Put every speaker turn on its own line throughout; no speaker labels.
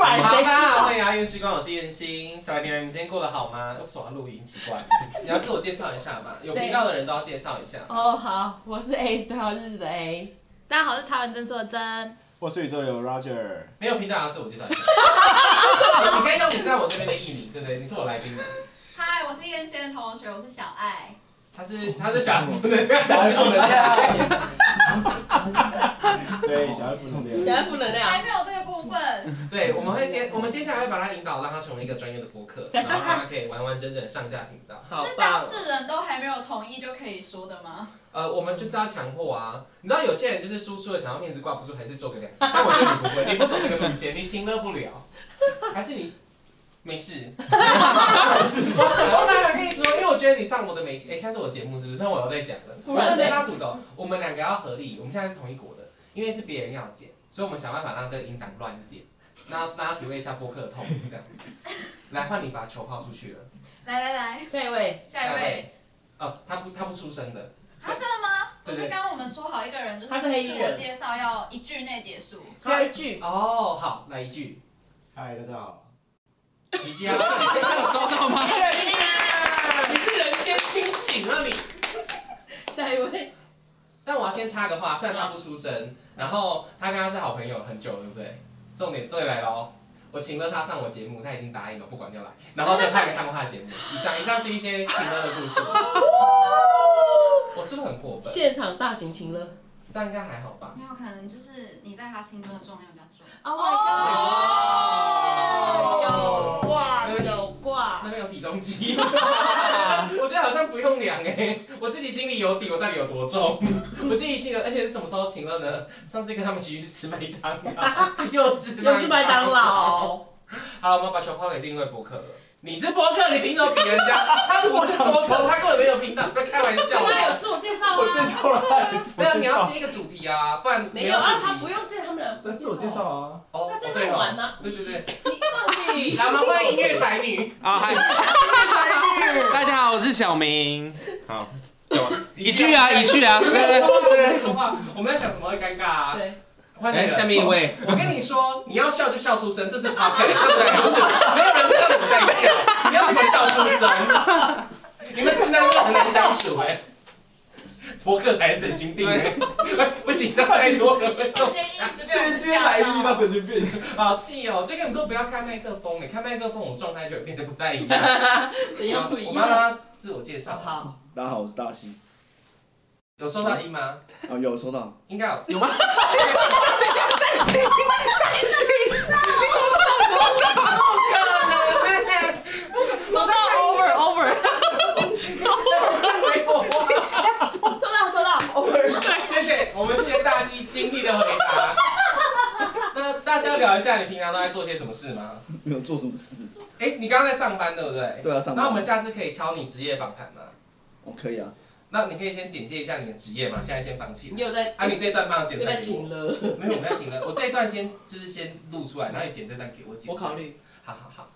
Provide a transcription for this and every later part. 然谁知
好啦，
道
欢？迎来到验尸官，我是燕心。小你们今天过得好吗？为什么要录音？奇怪，你要自我介绍一下嘛，有
谁
频道的人都要介绍一下。
哦，好，我是 A 对号日子的 A，
大家好，我是茶碗真说的 真。
我是宇宙有 Roger，
没有频道要自我介绍一下。你可以用你在我这边的艺名，对不对？你是我来宾嘛。
嗨，我是燕仙的同学，我是小爱。
他是他是小不能
小爱
小
不能
啊
亮，对，小爱不能
现
亮，
在负能量。
没有这个部分。
对，我们会接我们接下来会把他引导，让他成为一个专业的播客，然后让他可以完完整整上架频道。
好
是当
棒！
事人都还没有同意就可以说的吗？
呃，我们就是要强迫啊！你知道有些人就是输出了想要面子挂不住，还是做个两次。但我觉得你不会，你不走这个路线，你亲热不了，还是你没事。我我懒得跟你说，因为我觉得你上我的每哎、现在是我节目是不是？但我要再讲了，
不
我
然呢
们跟他主轴，我们两个要合力，我们现在是同一国的，因为是别人要剪，所以我们想办法让这个音档乱一点，让让他体会一下播客的痛这样子。来换你把球抛出去了，
来来来，
下一位，
下一位。
哦，他不他不出声的，
啊，真的吗？不
对
是刚刚我们说好一个人，就是
他是黑衣
自
人
我介绍要一句内结束。
下一句，
哦，好，来一句。
嗨，大家好，
你居然有收到吗？你是人间清醒啊你！
下一位，
但我要先插个话，虽然他不出声，然后他跟他是好朋友很久，对不对？重点重点来了哦，我请了他上我节目，他已经答应了，不管就来。然后就他也没上过他的节目。以上以上是一些请了的故事。我是不是很过分？
现场大型情乐。
这样应该还好吧？
没有，可能就是你在他心中的重量比较重。
Oh
my
Oh！
god
有挂有挂，
那边有体重机，我觉得好像不用量哎、我自己心里有底，我到底有多重？我自己心里，而且是什么时候请了呢？上次跟他们一起去吃麦当 劳， 又是
又是麦当
劳。
劳。
好，我们把球抛给另一位博客了。你是博客，你凭什么比人 家？他不是博客，他根本没有频道，不要开玩笑。
他有自我介绍吗？
我介绍了，自
没
我
有，
介
你要
绍，
接一个主题啊，不然
没有啊，他不
用。
用介，他们俩
那自我介绍。啊，
哦，
他正
对
在
哦
玩啊呢。
对对对，
你到底？
来，我们欢迎音乐才女。
啊， 嗨，大家好，我是小明。好，有吗一句啊，一句啊，对对对
说话，我们在想什么会尴尬啊？
对，
哎
欢迎
来，
你了
哎下面一位，
我跟你说，你要笑就笑出声，这是 p o d c a 这不是不是，没有人知道我在笑，你要怎么笑出声？你们直男真的很难相处哎、博客才神经病、欸，不行，这样太多人会中
今。天一直被我
对，
们
哎今天来
吓
一遇 到
到。
神经病，
好气哦！就跟你们说不要开麦克风，你开麦克风，我状态就会变得不太一样。
怎样不一
我们要让
样？
他自我介绍。
好，
大家好，我是大西。
有收到音吗？
啊、有收到，
应该有，有 吗？
哎收到 over over，
没有哇
收到收到 over。
谢谢，我们谢谢大西精辟的回答。那大家聊一下，你平常都在做些什么事吗？
没有做什么事。
哎、你刚刚在上班对不对？
对啊，上班。
那我们下次可以敲你职业访谈吗？
哦，可以啊。
那你可以先简介一下你的职业嘛，现在先放弃
你。有在？
啊，你这一段帮我剪
又
出来
在
给我
情。了。
没有，我们要请了。我这一段先就是先录出来，然后你剪这段给我剪。
我考。虑。
好好好，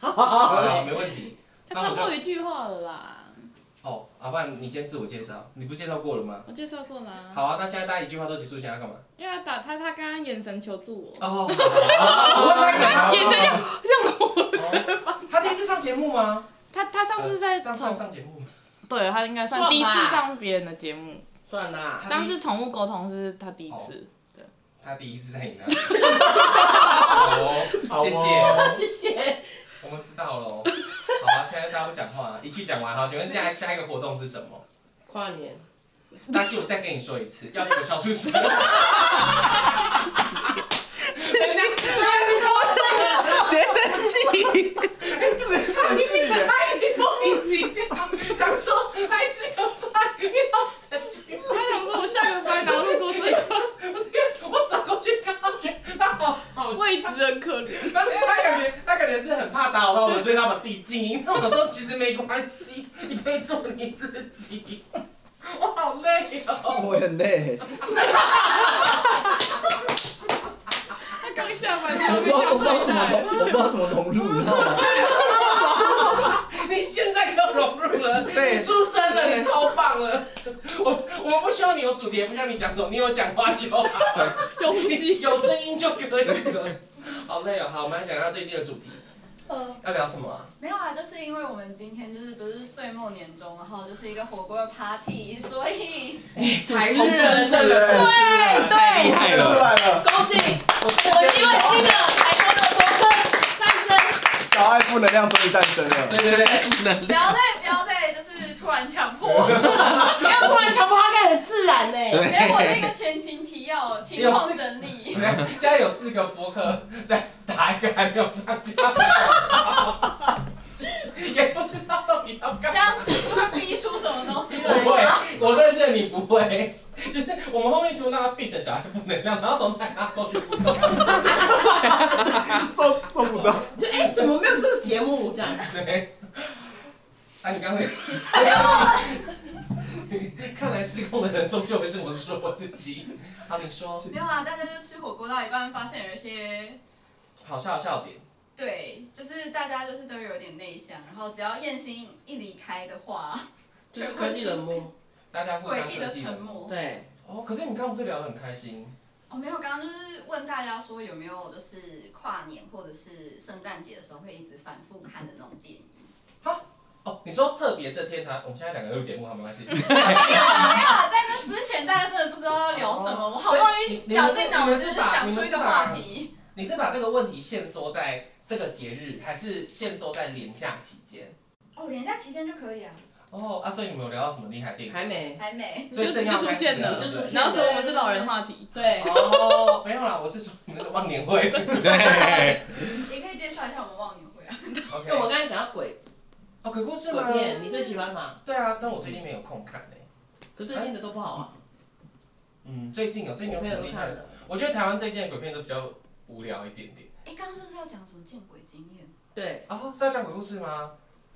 好
好好好，
好
没问题。
他超过一句话了啦，
哦，好，不然你先自我介绍，你不介绍过了吗？
我介绍过啦。
好啊，那现在大家一句话都结束，想要干嘛？
因为他打他，他刚刚眼神求助我，
哦，我问他干嘛？
眼神
哦他第一次上节目吗？
他他上次在
这样
宠
算，上节目吗？
对他应该
算吧
算第一次上别人的节目，
算啦。
他第一
上次宠物沟通是他第一次，
他第一次在你那里。 好哦，谢谢，
谢谢。
我们知道喽。好啊，现在大家不讲话，一句讲完哈。请问现在下一个活动是什么？
跨年。
但是我再跟你说一次，要给我笑出声。
直
哦
接生气。
真生气耶，
莫名其妙，想说拍是个拍，遇到神经病，
他想说我下个班然后路过这个
我转过去看，他觉得他好好笑
位置很可怜，
他他感觉他感觉是很怕打扰到我们，所以他把自己静音。那我说其实没关系，你可以做你自己。我好累哦。
我很累，
他刚下班然
我
后
不知道，我不知道怎么融，我不知
就下班
道怎么融入，你知道吗？
你现在就融入了，
对
你出生了，你超棒了。我我们不需要你有 主题，也不需要你讲什么，你有讲话就好，
有呼吸，
有声音就可以了。好累哦。好，我们来讲一下最近的主题，
嗯，
要聊什么啊？
没有啊，就是因为我们今天就是不是岁末年终，然后就是一个火锅的 party，所以
才
好正式哎，
对
厉
对，
害
出
了，
来了，
恭喜！我们因为新的台湾的博客诞生，
小爱负能量终于诞生了。
对对对，能
不要再不要再就是突然强迫。
不要突然强迫他看，很自然呢、
对
连哎我那个前情提要情况整理，
现在有四个播客在打一个还没有上架， 也不知道到底要干
这
嘛。
样子就会逼出什么东西来
不会
吗？，
我认识的你不会，就是我们后面全部让他 beat 的小孩负能量，然后从他那收取不到。
啊
收收不到，
就哎、怎么没有这个节目这样？
对。啊，你刚才， 看来失控的人终究不是我，是我自己。好，你说
没有啊，大家就吃火锅到一半，发现有一些
好笑的笑点，
对，就是大家就是都有点内向，然后只要燕心一离开的 话，
就是科技冷漠，
大家互相
诡异
科
的
技
沉
冷漠。
默。
对，
哦，可是你刚刚不是聊得很开心？
哦，没有，刚刚就是问大家说有没有就是跨年或者是圣诞节的时候会一直反复看的那种电影。
哦，你说特别这天他，我们现在两个人录节目，好没关系。
没有啊，没有啊，在那之前大家真的不知道要聊什么，我好不容易绞尽脑汁想出一个话题。
你是把这个问题限缩在这个节日，还是限缩在连假期间？
哦，连假期间就可以啊，
哦，啊，所以你们有聊到什么厉害的电影？
还没，
还没。
所以正要开始聊
就
出现了
对不对
然后说我
们是老人话
题，
对，
哦，没有啦，我是说你们的忘年会。
对，
也可以介绍一下我们忘年会啊。
因为我
OK，
们刚才讲到鬼
哦，鬼故事吗
鬼？片，你最喜欢嘛？
对啊，但我最近没有空看诶、
可最近的都不好啊，
嗯，最近有最近
我朋
有什么
友都
厉
看
害的？
了，
我觉得台湾最近的鬼片都比较无聊一点点。
哎，刚刚是不是要讲什么见鬼经验？
对，
哦，是要讲鬼故事吗？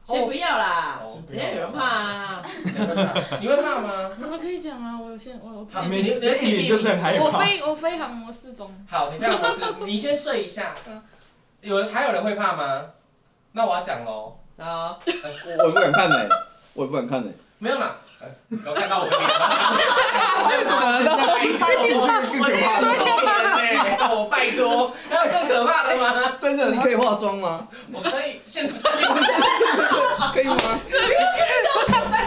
先不要啦，
哦
先不
等
要
下有人怕啊，
谁会怕你会怕吗？
我们可以讲啊，我有些我有
好
他
没
们一脸就是很害
我
怕。
飞我飞行模式中，
好，你看我是，你先睡一下
嗯。
有人还有人会怕吗？那我要讲喽，
好，
哎我我不敢看呢，欸我也不敢看欸呢。
没有嘛，呃有看到我的脸吗？
哎
更可怕的，
脸呢？我拜托，还有更可怕的吗？
真的，
你
他
可以化妆吗？
我可以现在
啊
可以吗？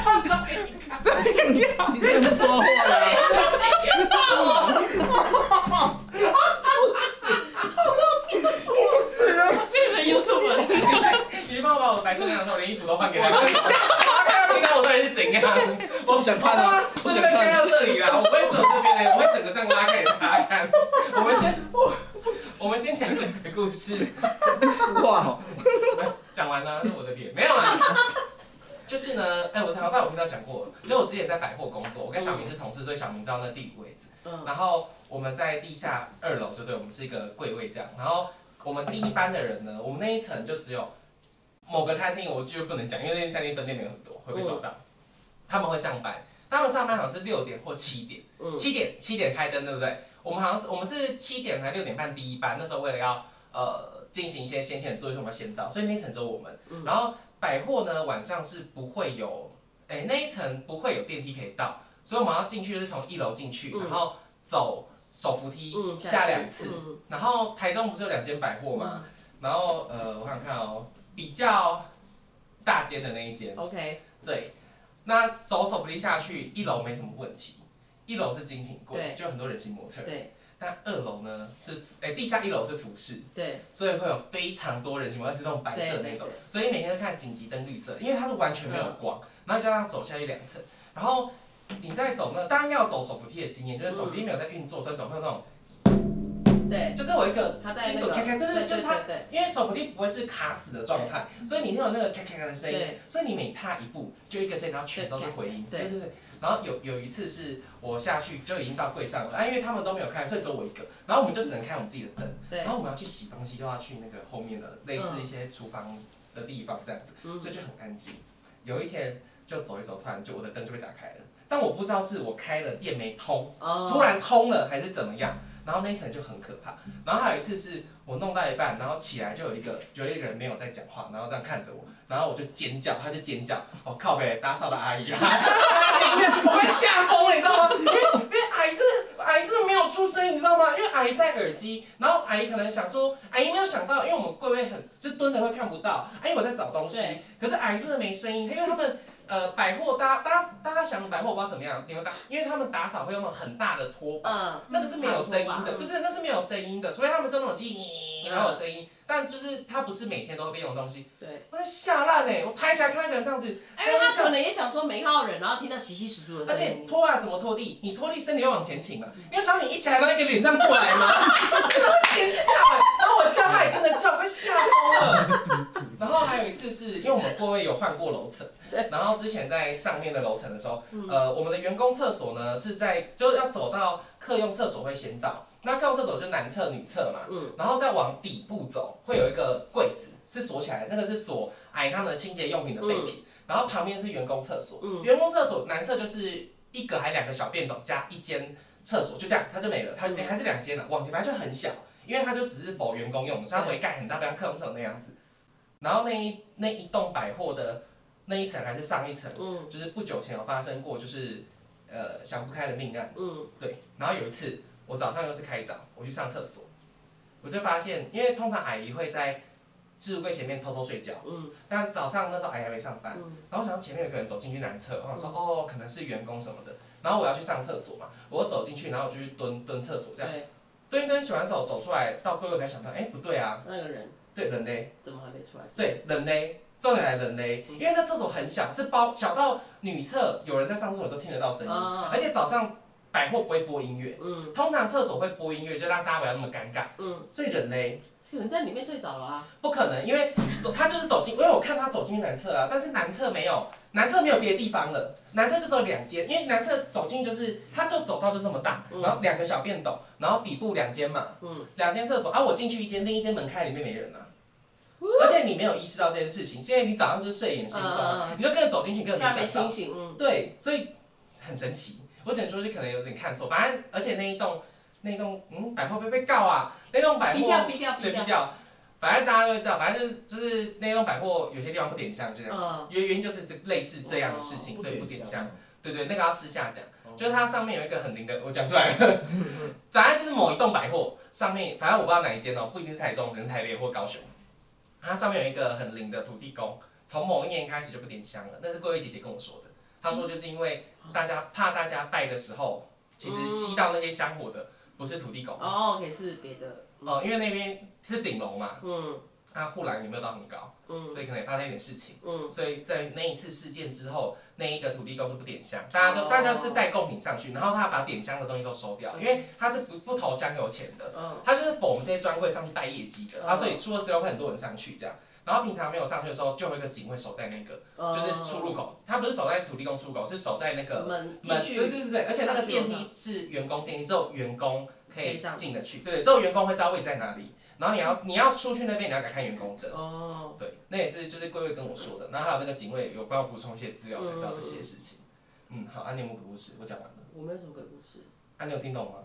化妆给你看。
你这不说话了。
变成 YouTube
你帮我把我白色那张照，连衣服都换给他看。他看到平常我到底是怎样？我
不想看啊
我不会看到这里啦，我不会走这边的，我会整个这样拉开给大家看。我们先，我们先讲讲个故事。
哇哦，
讲完了，是我的脸，没有啦。就是呢，哎、我才好像我听到讲过，就我之前在百货工作，我跟小明是同事，所以小明知道那地理位置。
嗯，
然后我们在地下二楼，就对我们是一个柜位这样。然后我们第一班的人呢，我们那一层就只有某个餐厅，我就不能讲，因为那间餐厅分店没有很多，会被抓到。他们会上班，他们上班好像是六点或七点，
嗯
七点七点开灯，对不对？我们好像是我们是七点还六点半第一班，那时候为了要呃进行一些先前的作业，所以我们要先到，所以那一层只有我们。
嗯
然后百货呢晚上是不会有，哎、那一层不会有电梯可以到，所以我们要进去就是从一楼进去，
嗯
然后走手扶梯、
嗯
下两次。
嗯
然后台中不是有两间百货吗？然后呃我想看哦，比较大间的那一间。
，OK，
对，那走手扶梯下去，一楼没什么问题，一楼是精品柜，
对
就很多人形模特。
对
但二楼呢是，哎、地下一楼是服饰，
对
所以会有非常多人形模特，是那种白色的那
对嗯
种
对，
所以每天都看紧急灯绿色，因为它是完全没有光，然后就这样走下去两层，然后你再走那，当然要走手扶梯的经验，就是手扶梯没有在运作，所以总会有那种，
对，
就是我一个
他在
金
那
属
个，
咔咔，对对对，就是它。
对对
因为手扶梯不会是卡死的状态，所以你会有那个咔咔咔的声音
对，
所以你每踏一步就一个声音，然后全都是回音。
对
对对。然后有有一次是我下去就已经到柜上了，啊，因为他们都没有开，所以只有我一个，然后我们就只能开我们自己的灯，
对
然后我们要去洗东西就要去那个后面的类似一些厨房的地方这样子，
嗯
所以就很安静。有一天就走一走，突然就我的灯就被打开了，但我不知道是我开了电没通。
哦
突然空了还是怎么样，然后那一层就很可怕。然后还有一次是我弄到一半，然后起来就有一个有一个人没有在讲话，然后这样看着我，然后我就尖叫，他就尖叫，我、靠 北打扫的阿姨啊，我被吓疯了，你知道吗？因为因为阿姨真的阿姨姨真的没有出声，你知道吗？因为阿姨戴耳机，然后阿姨可能想说，阿姨没有想到，因为我们柜位很就蹲的会看不到，阿姨我在找东西
对，
可是阿姨真的没声音，因为他们呃百货大家大家大家想百货我不知道怎么样，你们打，因为他们打扫会用那种很大的拖把，
嗯，
那个是没有声音
长
的，
拖把
对对，那是没有声音的，所以他们是那种记忆，然后有声音，但就是它不是每天都会被用的东西，
对，
我在吓烂哎，我拍起来看到一个人这样子，
哎因为他可能也想说没看到人，然后听到稀稀疏疏的
而
声
且
音，嗯
拖袜怎么拖地？你拖地身体要往前倾嘛，你要想你一起来，然后一个脸这样过来吗？ 然后尖叫，然后我叫他也跟着叫，我被吓疯了。 然后还有一次是因为我们座位有换过楼层，然后之前在上面的楼层的时候，
嗯
呃，我们的员工厕所呢是在就是要走到客用厕所会先到，那客用厕所就男厕女厕嘛，
嗯
然后再往底部走会有一个柜子是锁起来的，那个是锁哎他们的清洁用品的备品，然后旁边是员工厕所，
嗯
员工厕所男厕就是一个还两个小便斗加一间厕所，就这样它就没了，它、
嗯
诶还是两间了，往前排就很小，因为它就只是否员工用，所以它不会盖很大，不像客用厕所那样子。然后那一那一栋百货的那一层还是上一层，
嗯
就是不久前有发生过，就是呃想不开的命案。
嗯
对，然后有一次我早上又是开早，我去上厕所，我就发现，因为通常阿姨会在置物柜前面偷偷睡觉，
嗯
但早上那时候阿姨还没上班，
嗯
然后我想到前面有个人走进去男厕，我想说、哦，可能是员工什么的，然后我要去上厕所嘛，我走进去，然后我就去蹲蹲厕所这样，
对，
蹲一蹲洗完手走出来到柜位才想到，哎不对啊，
那个人
对人嘞，
怎么还没出来？，
对，人嘞，重点来人嘞，
嗯
因为那厕所很小，是包小到女厕有人在上厕所都听得到声音，
啊
而且早上百货不会播音乐，
嗯
通常厕所会播音乐，就让大家不要那么尴尬。
嗯，
所以人嘞，
这个人在里面睡着了啊，
不可能，因为走他就是走进，因为我看他走进男厕啊，但是男厕没有，男厕没有别的地方了，男厕就只有两间，因为男厕走进就是他就走道就这么大，
嗯
然后两个小便斗，然后底部两间嘛，
嗯
两间厕所啊，我进去一间，另一间门开，里面没人啊。而且你没有意识到这件事情，是因为你早上就是睡眼惺忪
嗯嗯
啊，你就跟着走进去，你根
突
本
然
没
没清
想到。
醒，嗯
对，所以很神奇。我只能说，就可能有点看错，反正而且那一栋那一栋嗯百货被被告啊，那栋百货
逼掉逼掉
对
逼掉，
逼掉，反正大家都会知道，反正就是就是那栋百货有些地方不点香，就这样子。
嗯
原原因就是这类似这样的事情，所以不点
哦
香。对对，那个要私下讲，
哦
就是它上面有一个很灵的，我讲出来了，反正就是某一栋百货上面，反正我不知道哪一间哦，不一定是台中，可能是台北或高雄，它上面有一个很灵的土地公，从某一年开始就不点香了，那是贵妃姐姐跟我说的，她说就是因为大家怕大家拜的时候，其实吸到那些香火的不是土地公，哦、
哦，可以是别的，嗯
因为那边是顶楼嘛，
嗯
它护栏也没有到很高，
嗯
所以可能也发生一点事情。
嗯
所以在那一次事件之后，那一个土地公就不点香，大
哦
家就、大家是带贡品上去，然后他把点香的东西都收掉，因为他是不不投香油钱的，
嗯
他就是否我们这些专柜上去带业绩的，
嗯
然后所以出了时候会很多人上去这样。然后平常没有上去的时候，就会有一个警卫守在那个，
嗯，
就是出入口，他不是守在土地公出入口，是守在那个
门进
门。对
去，
对对对，而且那个
上去
电
楼
梯是员工电梯，只有员工可
可
以
以上去
进得去。对，只有员工会知道位置在哪里。然后你要你要出去那边，你要改看员工证。
哦，
对，那也是就是贵贵跟我说的，然后还有那个警卫有帮我补充一些资料才知道这些事情。嗯，好，安、啊、你有没有鬼故事？我讲完了，
我没有什么鬼故事，
安、啊、你有听懂吗？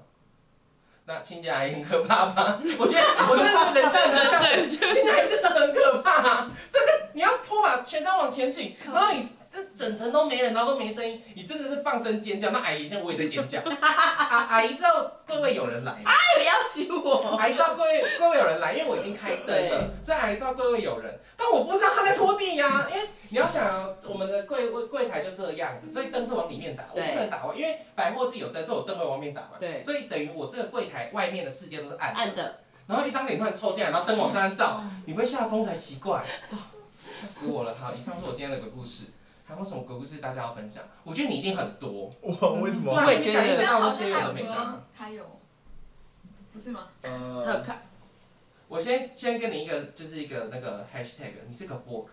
那亲家阿姨很可怕吗？ 我觉得我觉得人像人像 亲家阿姨真的很可怕、啊，但是你要拖把全身往前倾，然后你这整层都没人，然后都没声音，你真的是放声尖叫，那阿姨这样我也在尖叫，啊、阿姨知道各位有人来吗？
哎，不要娶我，
阿姨知道各位各位有人来，因为我已经开灯了，所以阿姨知道各位有人，但我不知道她在拖地呀、因为你要想啊，我们的柜柜柜台就这样子，所以灯是往里面打，我
对
不能打外，因为百货自己有灯，所以我灯会往外面打嘛，
对
所以等于我这个柜台外面的世界都是暗的，
按的，
然后一张脸突然凑进来，然后灯往上照，你会吓疯才奇怪，哦吓死我了！好，以上是我今天的鬼故事，还有什么鬼故事大家要分享？我觉得你一定很多，
我为什
不
啊
么？
然
我也
你
觉
感应
得
得到
好
那
像
些有的
还有嗯
没的啊。
说他有，不是吗？
他有
呃，
看，
我先先跟你一个，就是一个那个 hashtag，你是个播客，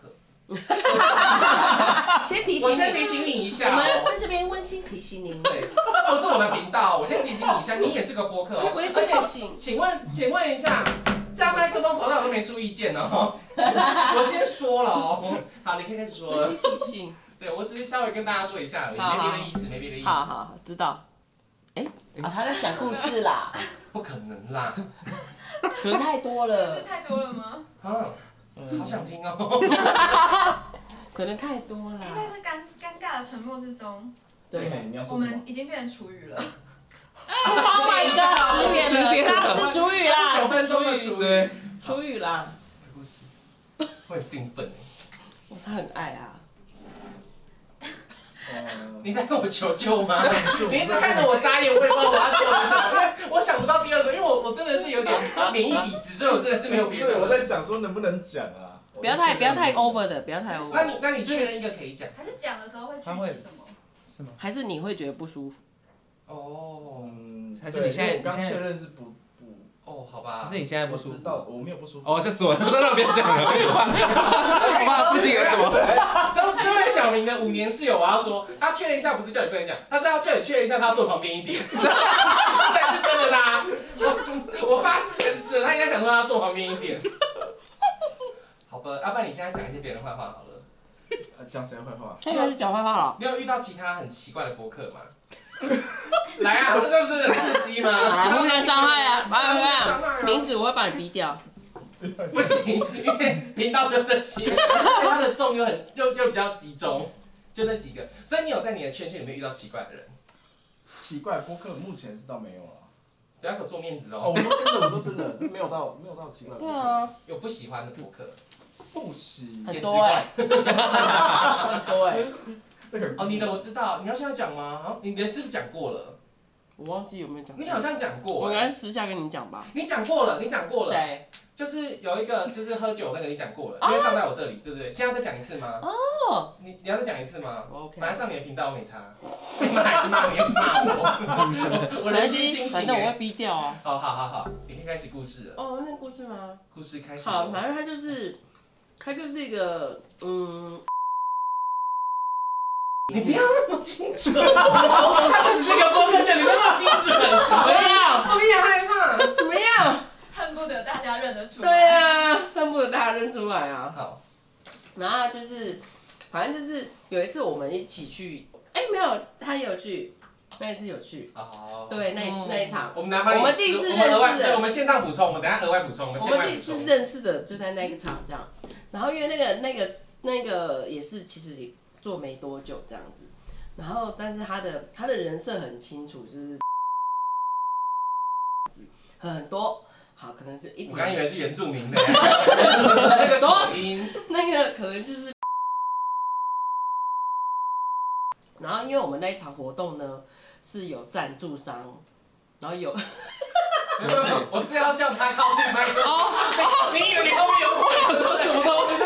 先提
我先提醒你一
我
啊
下、
们
哦。
在这边温馨提醒您，
对，这不是我的频道，我先提醒你一下，你也是个播客哦。
温
而
馨提
且，
醒。
请问，请问一下，加麦克风从来我都没出意见 哦。我先说了哦。好，你可以开始说了。
提醒，
对，我只是稍微跟大家说一下而已，
好
没
好
别的意思，没别的意
好
思。
好好，知道。哎、啊，他在想故事啦，
不可能啦，
可能太多
是
了，
太多了吗？
啊，
嗯
好想听 哦。
可能太多
哎，
了。
在这尴尴尬的沉默之中，
对，你要
我
说什么？
们已经变成厨余了。
Oh my god，十点了，
十点了
刚刚是主语啦，
九分钟的主语，
主语啦，
不是，我很兴奋。欸
他很爱啊。
呃
你在跟我求救吗？你一直看着我眨眼，我也不知道我要求 你什么，因为我想不到第二个，因为我我真的是有点免疫体质，所以我真的是没有别
是
的。
我在想说能不能讲啊？
不要太不要太 over 的，不要太
那
over，
你那你确认一个可以讲
还是讲的时候会举
他会
起什么？
还是你会觉得不舒服。
哦
嗯，
还是你现在
对因为我刚
你现在
确认是不不，
哦，好吧
可。是你现在不
我
舒
知
服。
道我没有不舒服。
哦，吓死我了！真的不要讲 了，我怕不仅有什么。
身身为小明的五年室友，我要说，他确认一下不是叫你不能讲，他是要叫你确认一下，他要坐旁边一点。但是真的啦，我我发誓这是真的，他应该讲说他要坐旁边一点。好吧，要、不然你现在讲一些别人坏话好了。
呃讲谁坏话？
那开始讲坏话了。
你有遇到其他很奇怪的博客吗？来啊，这个是很刺激吗？
啊，互相伤害啊！
啊
我跟
互相伤害啊
你讲，名字我会把你逼掉。
不行，因为频道就这些，它的重又很就又比较集中，就那几个。所以你有在你的圈圈里面遇到奇怪的人，
奇怪，播客目前是倒没有了。
不要给我做面子
哦，
哦。
我说真的，我说真的， 没有到没有到奇怪。
对，啊，
有不喜欢的博客，
不行，
很
也奇
多
怪
哎。很多
欸
哎，
这个
哦，你的我知道，你要现在讲吗？好你的是不是讲过了？
我忘记有没有讲过。
你好像讲
我
过
应该
欸，
私下跟你讲吧。
你讲过了，你讲过了，
谁？
就是有一个就是喝酒那个，你讲过了，
啊
因为上在我这里，对不对？现在再讲一次吗？
哦，
你你要再讲一次吗？
我 OK。
反正上你的频道我没差，你们还是骂你，又不骂我， 我人心清
反
醒
正我
欸。
会逼掉啊。
好好好好，你可以开始故事了，
哦，那故事吗？
故事开始。
好，反正他就是，他就是一个，嗯，
你不要那么精准， 他就只是个播客圈，你不要那么精准，
不要，
我也害怕。
不要，
恨不得大家认得出来。
对啊，恨不得大家认出来啊。
好，
然后他就是，反正就是有一次我们一起去，哎、没有，他也有去，那一次有去，
好，
对，那一、
嗯
哦
那一场，
我们来帮你，
我们第一次
我们额外，
认识的
对，我们线上补充，我们等一下额外补充，我们
我
线
们
外
第一
补充
次。认识的就在那个场这样，然后因为那个那个那个也是其实做没多久这样子，然后但是他的他的人设很清楚，就是 很多好可能就一
我刚以
瓶
为是原住民的，那个口音。
那个可能就是，然后因为我们那一场活动呢是有赞助商，然后有
我是要叫他靠近麦克风。你以为你后面有我？
我说什么东西？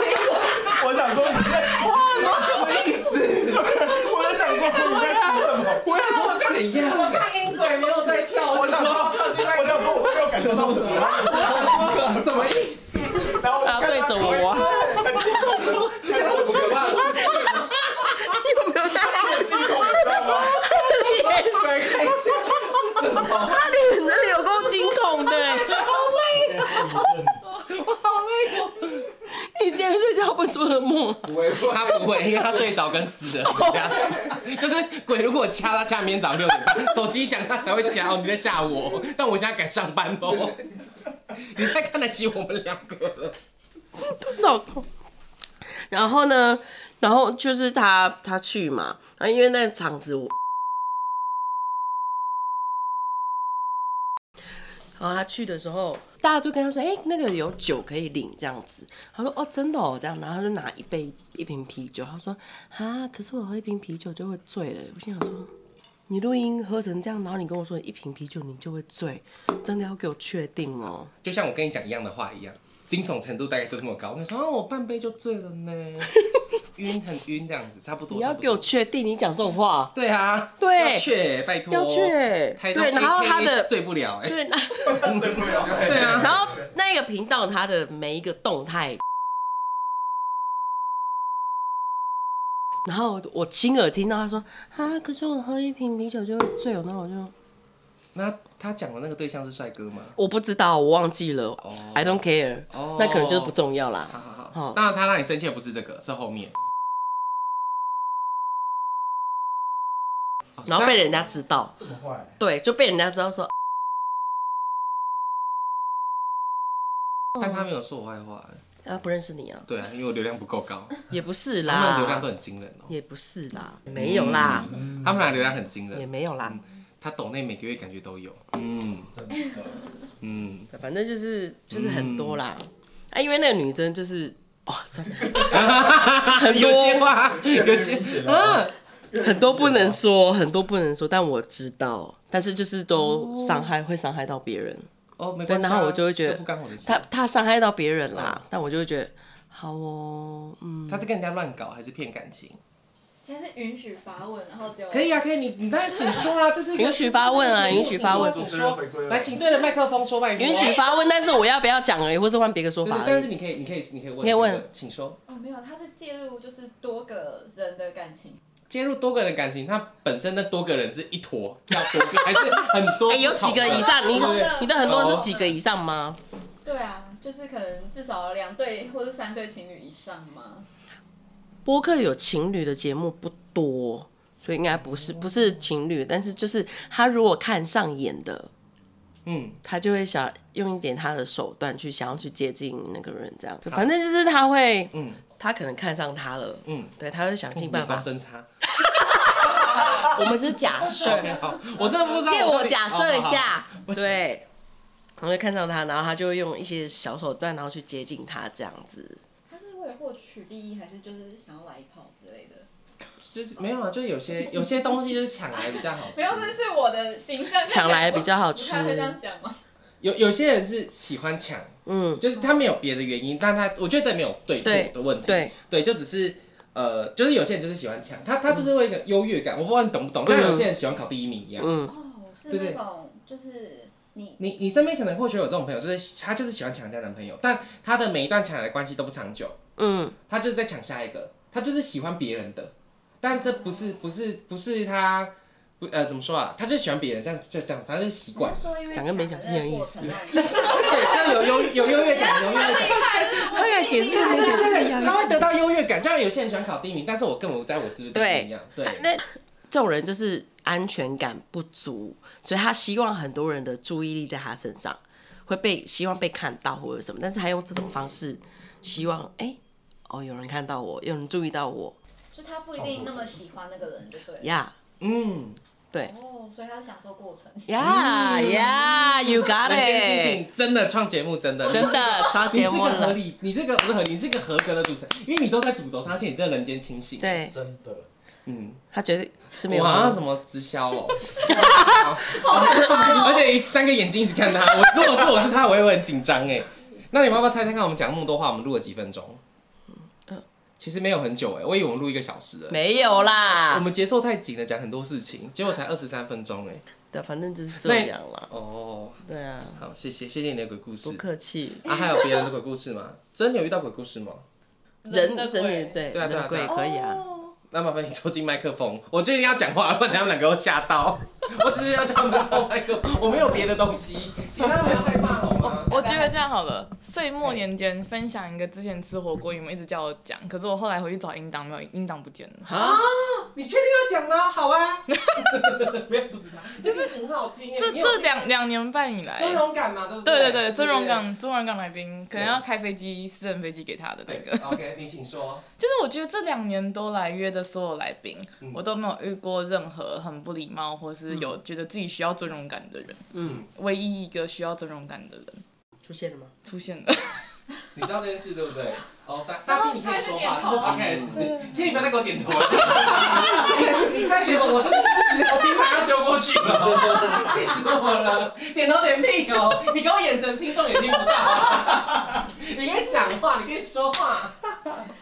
我想说，
我什么意思？
我在想说你在说什么？
我想说是怎样？
我看鹰嘴没有在跳，
我想说，我想说，我没有感受到什么，
什么意思？
然后我
他对着我，
很激动的，看到我不可怕，
有没有
很激动，你知道吗？
来看一下是什么？
他脸真的有够惊恐的，你今天睡觉会做噩梦？
他不会，因为他睡着跟死人一样。就是鬼，如果掐他掐，明天早上六点半，手机响他才会起来。哦，你在吓我，但我现在改上班喽。你太看得起我们两个了。
照痛。然后呢，然后就是他他去嘛，啊，因为那个场子我，然后他去的时候，大家就跟他说，哎、那个有酒可以领这样子。他说，哦，真的哦，这样。然后他就拿一杯一瓶啤酒，他说，啊，可是我喝一瓶啤酒就会醉了。我心想说。你录音喝成这样，然后你跟我说一瓶啤酒你就会醉，真的要给我确定哦。
就像我跟你讲一样的话一样，惊悚程度大概就这么高。我跟你说，哦，我半杯就醉了 呢，晕很晕这样子，差不多。
你要
差不
给我
多
确定，你讲这种话，
对啊，
对
要去，拜托，
要去欸
台中
对，然后
KK
他的
醉不了，哎，
对，那
真不了。
对啊，
然后那个频道它的每一个动态，然后我亲耳听到他说啊，可是我喝一瓶啤酒就会醉哦，那我就
那他讲的那个对象是帅哥吗？
我不知道，我忘记了、
哦
i don't care，、
哦
那可能就是不重要啦。
好好好
好，
当然他让你生气的不是这个，是后面。
然后被人家知道，
这么坏，
对，就被人家知道说，
但他没有说我坏话，哎
啊，不认识你啊，
对啊，因为我流量不够高，
也不是
他们的流量都嗯
啦，
很惊人哦，
也不是啦，没有啦，
他们俩流量很惊
也
人，
没有啦，
他抖内每个月感觉都有，嗯
真的。
嗯，
反正就是就是很多啦。啊，因为那个女生就是哦，算 了，很
有
多嗯
些话有些
明显了
嗯
啊，
很多不能说，很多不能说，但我知道，但是就是都伤害会伤害到别人。
哦没
对，
关系啊，
然后我就会觉
这
得
不干我的事
他。他伤害到别人啦，但我就会觉得好哦，嗯，
他嗯是跟人家乱搞还是骗感情？
现在是允许发问，然后只有
可以啊，可以，你你当然请 说啊，这是一个
允许发问啊，允许发问，
请
主
说
持人回归了
来，请对着麦克风说拜托。
允许发问，但是我要不要讲而已，或是换别个说
对，
法
对
而
但
已
是。你可以，你可以，你可以问，
你可以问，
请说。
哦，没有，他是介入就是多个人的感情，
介入多个人感情，他本身那多个人是一坨，要多个 还是很多？
哎，有几个以？上？你
对对
你的很多
哦
是几个以上吗？
对啊，就是可能至少两对或者三对情侣以上嘛。
播客有情侣的节目不多，所以应该不是不是情侣，但是就是他如果看上眼的，
嗯，
他就会想用一点他的手段去想要去接近那个人，这样。就反正就是他会，
嗯
嗯，他可能看上他了，
嗯
嗯，对，他会想尽办
办
法
法。侦查。
我们是假设，
OK，好，我真的不知道。
借
到
我
底哦
假设一，
好好好
下，对，我会看上他，然后他就会用一些小手段，然后去接近他这样子。
他是为了获取利益，还是就是想要来一炮之类的？
就是没有啊，就 有些有些东西就是抢来比较好吃
没。有，这是我的形象。
抢来比较好吃
不太会这样讲吗？
有有些人是喜欢抢，
嗯，
就是他没有别的原因，但他我觉得这没有对错
对
的问题。
对，
对，就只是呃，就是有些人就是喜欢抢，他他就是会有一个优越感，我不知道你懂不懂，像有些人喜欢考第一名一样。
嗯，
哦，是
对对
那种就是你
你你身边可能或许有这种朋友，就是他就是喜欢抢人家男朋友，但他的每一段抢来的关系都不长久，
嗯，
他就是在抢下一个，他就是喜欢别人的，但这不是不是不是他不呃怎么说啊，他就喜欢别人，这样就这样，反正就是习惯
你，是说因为
讲跟没讲是一样意思
抢的那个过程让你。
对，这样有优有优越感，有优越感。
他来解释
对对对对他会得到优越感，这样有些人喜欢考第一名，但是我根本不在乎我是不是第一名一样。对，
啊那这种人就是安全感不足，所以他希望很多人的注意力在他身上，会被希望被看到或者什么，但是他用这种方式希望，哎、哦，有人看到我，有人注意到我
就他不一定那么喜欢那个人，就对了。
呀
嗯，
对
哦，所以他是享受过程。
呀呀，You got
人间清
it，
醒，真的创节目，真的
真。的超
你
节
是
目
个合
了，
理，你这个不是合理，你是个合格的主持人，因为你都在主轴上，而且你真的人间清醒。，
对
真的，
嗯，
他觉得是没有啊
我好像
问
什么直销哦，而且三个眼睛一直看他。我如果是我是他，我也会很紧张哎。那你们要不要猜猜看，我们讲那么多话，我们录了几分钟？其实没有很久哎，我以为我们录一个小时了。
嗯没啊有
我
啦，
们节奏太紧了，讲很多事情，结果才二十三分钟哎。
对，反正就是这
那
样啦，
哦，
对啊，
好，谢谢谢谢你的鬼故
不
事
客气，
啊，还有别人的鬼故事吗？真的有遇到鬼故事吗？
人
的
真的
鬼
对
对啊对啊
人
对
贵
啊
可以啊，
哦
那麻烦你凑近麦克风， 我最近要讲话，不然他们两个会吓到。我只是要叫他们凑麦克风，我没有别的东西，请他们不要害怕好吗？
我觉得这样好了，岁末年间分享一个之前吃火锅，你们一直叫我讲，可是我后来回去找音档，没有音档不见了。
啊，
你确定要讲吗？好啊， 不要阻止他，就是很好听耶。
这
你有
这两两年半以来，
尊荣感嘛，对不
对
对
对对，尊荣。港尊荣港来宾可能要开飞机私人飞机给他的那
对
个，
OK，你请说。
就是我觉得这两年多来约的所有来宾，
嗯
我都没有遇过任何很不礼貌或是有觉得自己需要尊荣感的人，
嗯，
唯一一个需要尊荣感的人
出现了吗？
出现
哦
了。
你知道这件事对不 对？哦，大大庆，你可以说话，
他
这是 podcast，请你不要再给我点头了。你再学我，我这我平板要丢过去了，气死我了！点头点屁哦，你给我眼神，听众也听不到。 你可以讲话，你可以说话。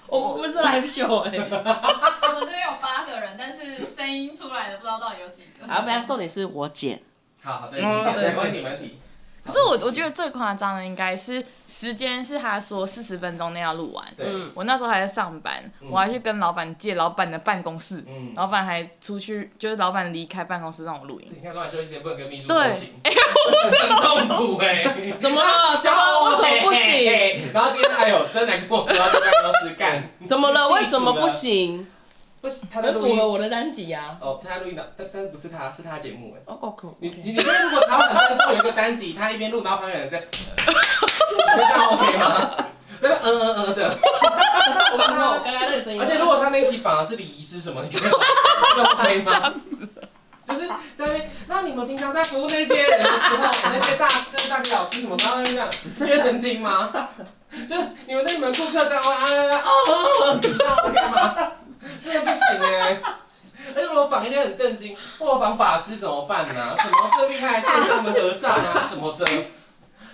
我们不是 live show 哎、
我们这边有八个人，但是声音出来的不知道到底有几 个。
啊，不要，重点是我剪，
好哦好，对，
嗯
你讲，
对
没问题，没问题。
可是我我觉得最夸张的应该是时间是他说四十分钟内要录完，
对，
嗯
我那时候还在上班，
嗯
我还去跟老板借老板的办公室，
嗯，
老板还出去，就是老板离开办公室让我录音。
你看乱休息时间不能跟秘书
对
共情，很痛苦哎。
怎么了？怎么了？为什么不行？
啊行？然后今天还有真来跟我说要去办公室干，
怎么了？为什么不行？
不是他在
很
录
符
音
合我的单集呀、
哦，他录音的，但但不是他，是他节目哎。
啊。哦，OK，
你你你觉得如果曹本身说有一个单集，他一边录，然后旁边有人在，呃这样 OK 吗？那个嗯嗯嗯的， 我不知道。
刚才那个声音，
而且如果他那一集反而是礼仪师什么，你觉得那 OK 吗？就是在那边，那到你们平常在服务那些人的时候， 那些大就是大哥老师什么，然后他们这样，你觉得能听吗？就你们对你们顾客这样啊啊哦，你知道我干嘛？真的不行哎、而且我仿一些很震惊，我仿法师怎么办呢、什么最厉害的线上的和尚啊什么的。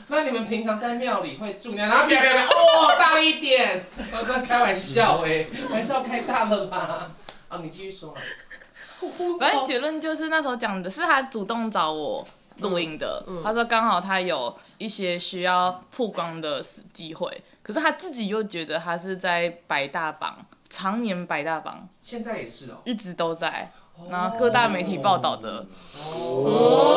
那你们平常在庙里会住那，然后啪啪啪，哦，大力一点。我这开玩笑哎、玩笑开大了吧？啊，你继续说啊。嗯
反正结论就是那时候讲的是他主动找我录音的，
嗯
他说刚好他有一些需要曝光的时机会，可是他自己又觉得他是在百大榜，常年百大榜
现在也是哦。
一直都在，然后各大媒体报道的，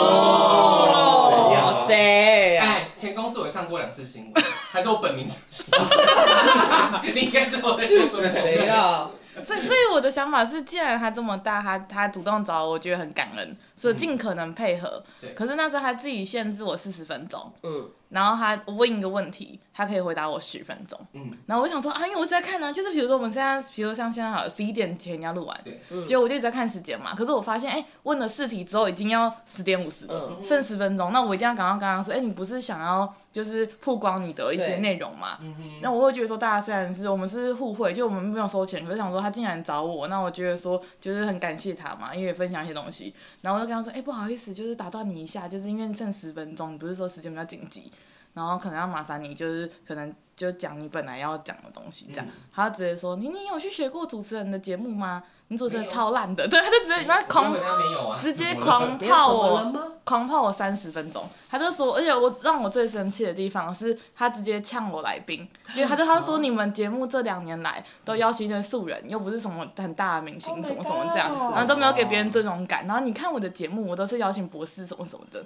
哦，谁啊？
哎，前公司我上过两次新闻，还是我本名上新 闻。你应该知道我在说什么。
谁啊？
所以所以我的想法是，既然他这么大，他他主动找我，我觉得很感恩，所以
嗯
尽可能配合。
对
可是那时候他自己限制我四十分钟，
嗯，
然后他我问一个问题，他可以回答我十分钟。
嗯，
然后我就想说啊，因为我一直在看呢、就是比如说我们现在，比如像现在好了，十一点前要录完，
对
嗯
结果我就一直在看时间嘛。可是我发现，哎、问了四题之后已经要十点五十了，剩十分钟，那我一定要赶快跟他说，哎、你不是想要就是曝光你的一
对
些内容嘛？
嗯
那我会觉得说，大家虽然是我们是互惠，就我们没有收钱，可是想说他竟然找我，那我觉得说就是很感谢他嘛，因为分享一些东西。然后我就跟他说，哎、不好意思，就是打断你一下，就是因为剩十分钟，你不是说时间比较紧急，然后可能要麻烦你，就是可能就讲你本来要讲的东西
嗯
这样。他就直接说，你你有去学过主持人的节目吗？你主持人
没有
超烂的，对，他就直接那
根
狂
本他没有啊。
直接
我
狂
没有
泡
怎么
我
了。吗？
狂泡我三十分钟，他就说，而且我让我最生气的地方是他直接呛我来宾，就是他就他说你们节目这两年来都邀请一些素人，又不是什么很大的明星，什么什么这样，然后都没有给别人尊荣感，然后你看我的节目，我都是邀请博士什么什么的，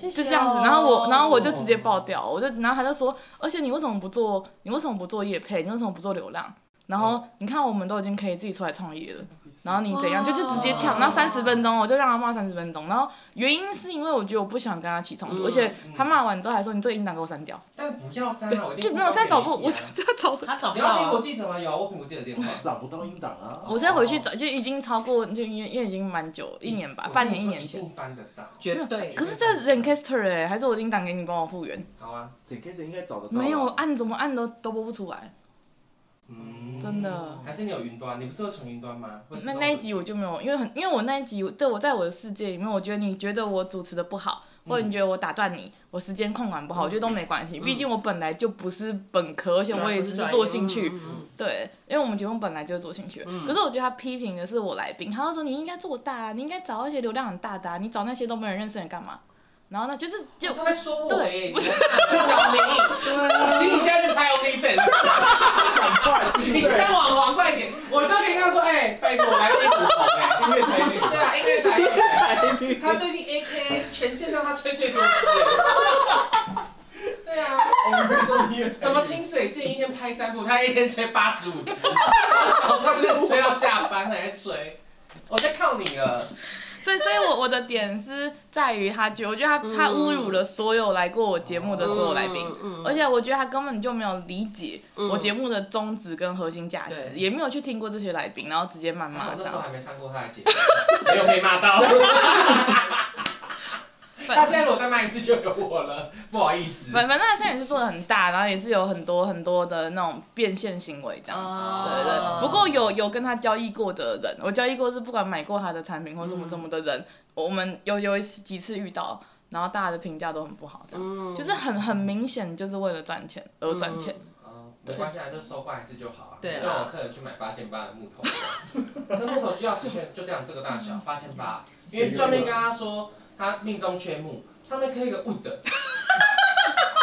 就
就这样子，然后我，然后我就直接爆掉，我就，然后他就说，而且你为什么不做，你为什么不做业配，你为什么不做流浪？然后你看，我们都已经可以自己出来创业了，然后你怎样就就直接呛，然后三十分钟我就让他骂三十分钟，然后原因是因为我觉得我不想跟他起冲
嗯
突，而且他骂完之后还说你这个音档给我 删掉，
但不要删
对
啊！我，一定
就没有现在找不，我
我
现在 找不，
他找
你要苹果记者吗？有啊，我苹果记者电话。
找不到音档啊！
我现在回去找就已经超过，就因为因为已经蛮久， 一年吧，半年一年
嗯我跟你说一
前。
定翻得到。
绝对
可是这 Lancaster 哎、还是我音档给你帮我复原，
好啊，
整 case 应该找得到。
没有，按怎么按都都播不出来，
嗯，
真的。
还是你有云端？你不是有存云端吗？会自
那
动
那一集
存
我就没有，因为很，因为我那一集，对我在我的世界里面，我觉得你觉得我主持的不好，
嗯
或者你觉得我打断你，我时间控管不好，我觉得都没关系。毕竟我本来就不是本科，而且
啊
我也只是做兴
嗯
趣，对，因为我们节目本来就是做兴趣的。可是我觉得他批评的是我来宾，他就说你应该做大啊，你应该找一些流量很大的啊，你找那些都没人认识的人干嘛？然后呢，就是就
哦他在说我
对
耶，不是小明，请你现在去拍 OnlyFans，
赶快，自
你
己
去
对哎
当网红快点，我就可以跟他说，哎，拜托，我来一股红哎，
音乐才女，
对啊，音乐才女，他最近 AK 全线上他吹最多次耶，对啊，
音乐才女
什么清水剑一天拍三部，他一天吹八十五次，早上就吹到下班还在吹，我在靠你了，
所以，所以我我的点是在于他觉，我觉得他他
嗯
侮辱了所有来过我节目的所有来宾，而且我觉得他根本就没有理解
嗯
我节目的宗旨跟核心价值，
对
也没有去听过这些来宾，然后直接谩
啊
骂
我
这
那时候
样。
还没上过他的节 目，没有被骂到。他
反
现在如果再卖一次就有我了，不好意思。
反反正他现在也是做的很大，然后也是有很多很多的那种变现行为这样。
哦
对对对，不过有有跟他交易过的人，我交易过是不管买过他的产品或什
嗯
么什么的人，我们有有几次遇到，然后大家的评价都很不好，这样、
嗯
就是很很明显就是为了赚钱而赚钱。
哦没关系啊，就收挂一次就好啊。
对啊
就让我客人去买八千八的木头，那木头就要十圈，就这样这个大小，八千八。因为上面跟他说他命中缺木，上面刻一个 wood，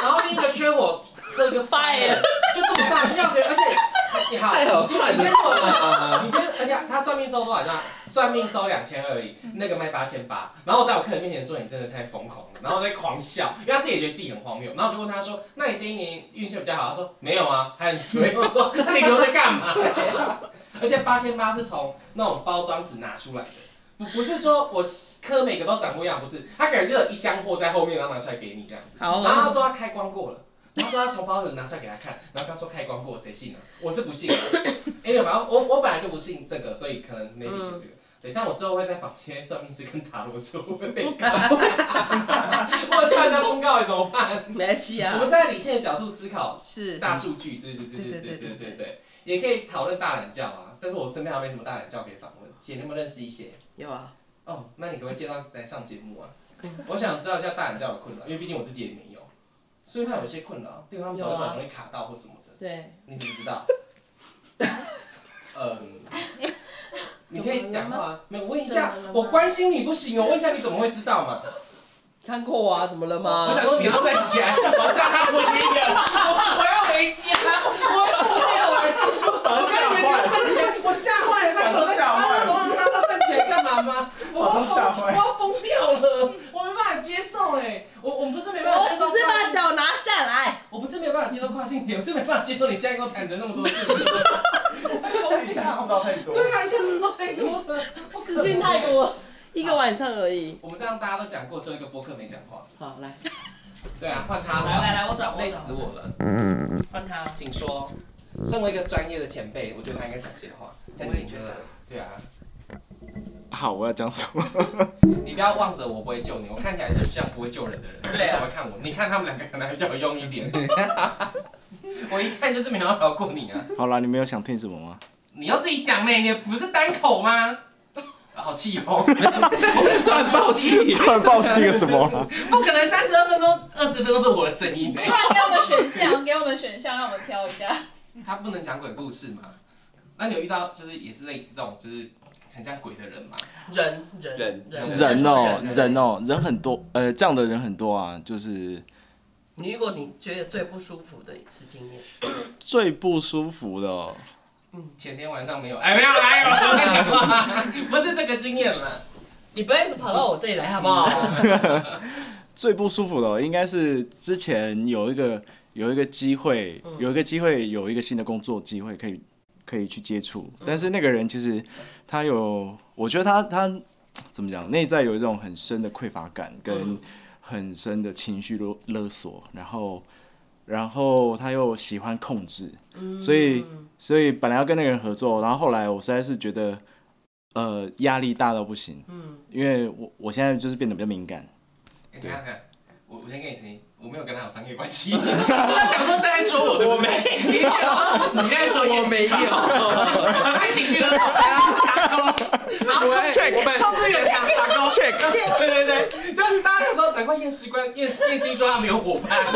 然后另一个缺我刻一个 fire，就这么大，要钱，而且你好，
哎太好算
你
了啊
跟我说，你跟而且他算命收多少？你知道吗算命收两千而已，那个卖八千八。然后我在我客人面前说你真的太疯狂了，然后我在狂笑，因为他自己也觉得自己很荒谬。然后我就问他说，那你今年运气比较好？他说没有啊，还很衰。我说那你都在干嘛？而且八千八是从那种包装纸拿出来的，不不是说我刻每个都长不一样，不是，他可能就有一箱货在后面，然后拿出来给你这样子。
好
然后他说他开光过了，然后说他从包里拿出来给他看，然后他说开光过，谁信啊？我是不信的、因为反正我我本来就不信这个，所以可能 maybe 就这个。对，但我之后会在房间算命师跟塔罗师 会被告，我叫人家公告怎么办？
没关系
我
啊
们，在理性的角度思考
是
大数据，对对对对对对对对，也可以讨论大懒觉啊。但是我身边还没什么大懒觉可以访问，姐，你有没有认识一些？
有啊，
哦，那你可不可以介绍来上节目啊？
嗯
我想知道一下大人教的困扰，因为毕竟我自己也没有，所以他有一些困扰，比如他们走一走
啊
容易卡到或什么的，
对，
你怎么知 道？嗯，你可以讲话，没有问一下
怎么了，吗
我关心你不行哦，问一下你怎么会知道嘛？
看过啊，怎么了吗？
我想说你要站起来，我要叫他啊回音了， 我我要回家，我我
吓
要回，我刚以为你
坏
要
了，
站起来，我吓坏了，他走在，
吓坏
他
了
怎么让他站起来干嘛 吗？我
我都吓
我
坏了。
要疯掉了，我没办法接受哎、我我们不是没办
我
法接
只
受，
是把脚拿下来，
我不是没有办法接受跨性别，我是没办法接受你现在跟我坦诚那么多事情， 我
太想知道太多，
对啊，现在什么太多了，我
资讯太。多， 一个晚上而已。
我们这样大家都讲过，只有一个播客没讲话。
好，来，
对啊，换他了，
来来来，我转，我
累
转
死，我了。
换他。
请说，身为一个专业的前辈，我觉得他应该讲些话，才请了。对啊，
好，我要讲什么？
你不要望着我不会救你，我看起来就是像不会救人的人，你怎么看我？你看他们两个可能还比较有用一点。我一看就是没有要饶过你啊！
好啦，你们有想听什么吗？
你要自己讲呢，你不是单口吗？啊好气哦！
突然爆气，
突然爆出一个什么了？
不可能三十二分钟、二十分钟都是我的声音呢。
不然给我们选 项，给我们选项，让我们挑一下。
他不能讲鬼故事吗？那你有遇到就是也是类似这种就是很像鬼的人吗？
人人
人
人哦，人哦，人很多，呃，这样的人很多啊，就是
你遇过你觉得最不舒服的一次经验？
最不舒服的、哦。
前天晚上没有，哎，没有，哎，我在讲话，不是这个经验了。
你不要一直跑到我这里来好不好？
嗯
最不舒服的、哦应该是之前有一个有一个机会，有一个机会有一个新的工作机会可以可以去接触，但是那个人其实他有，我觉得他他怎么讲，内在有一种很深的匮乏感跟很深的情绪勒勒索，然后然后他又喜欢控制，所以所以本来要跟那个人合作，然后后来我实在是觉得呃压力大到不行，因为我我现在就是变得比较敏感。
哎等一下等一下，我我先跟你澄清，我没有跟他有商业关系。 我在想说在说我的，我没 有，你在说我没 有，很爱情绪的打勾，
check
我们到这里 有打打勾
check
对对对，就是大家想说，难怪验尸官验验心说他没有伙伴，
不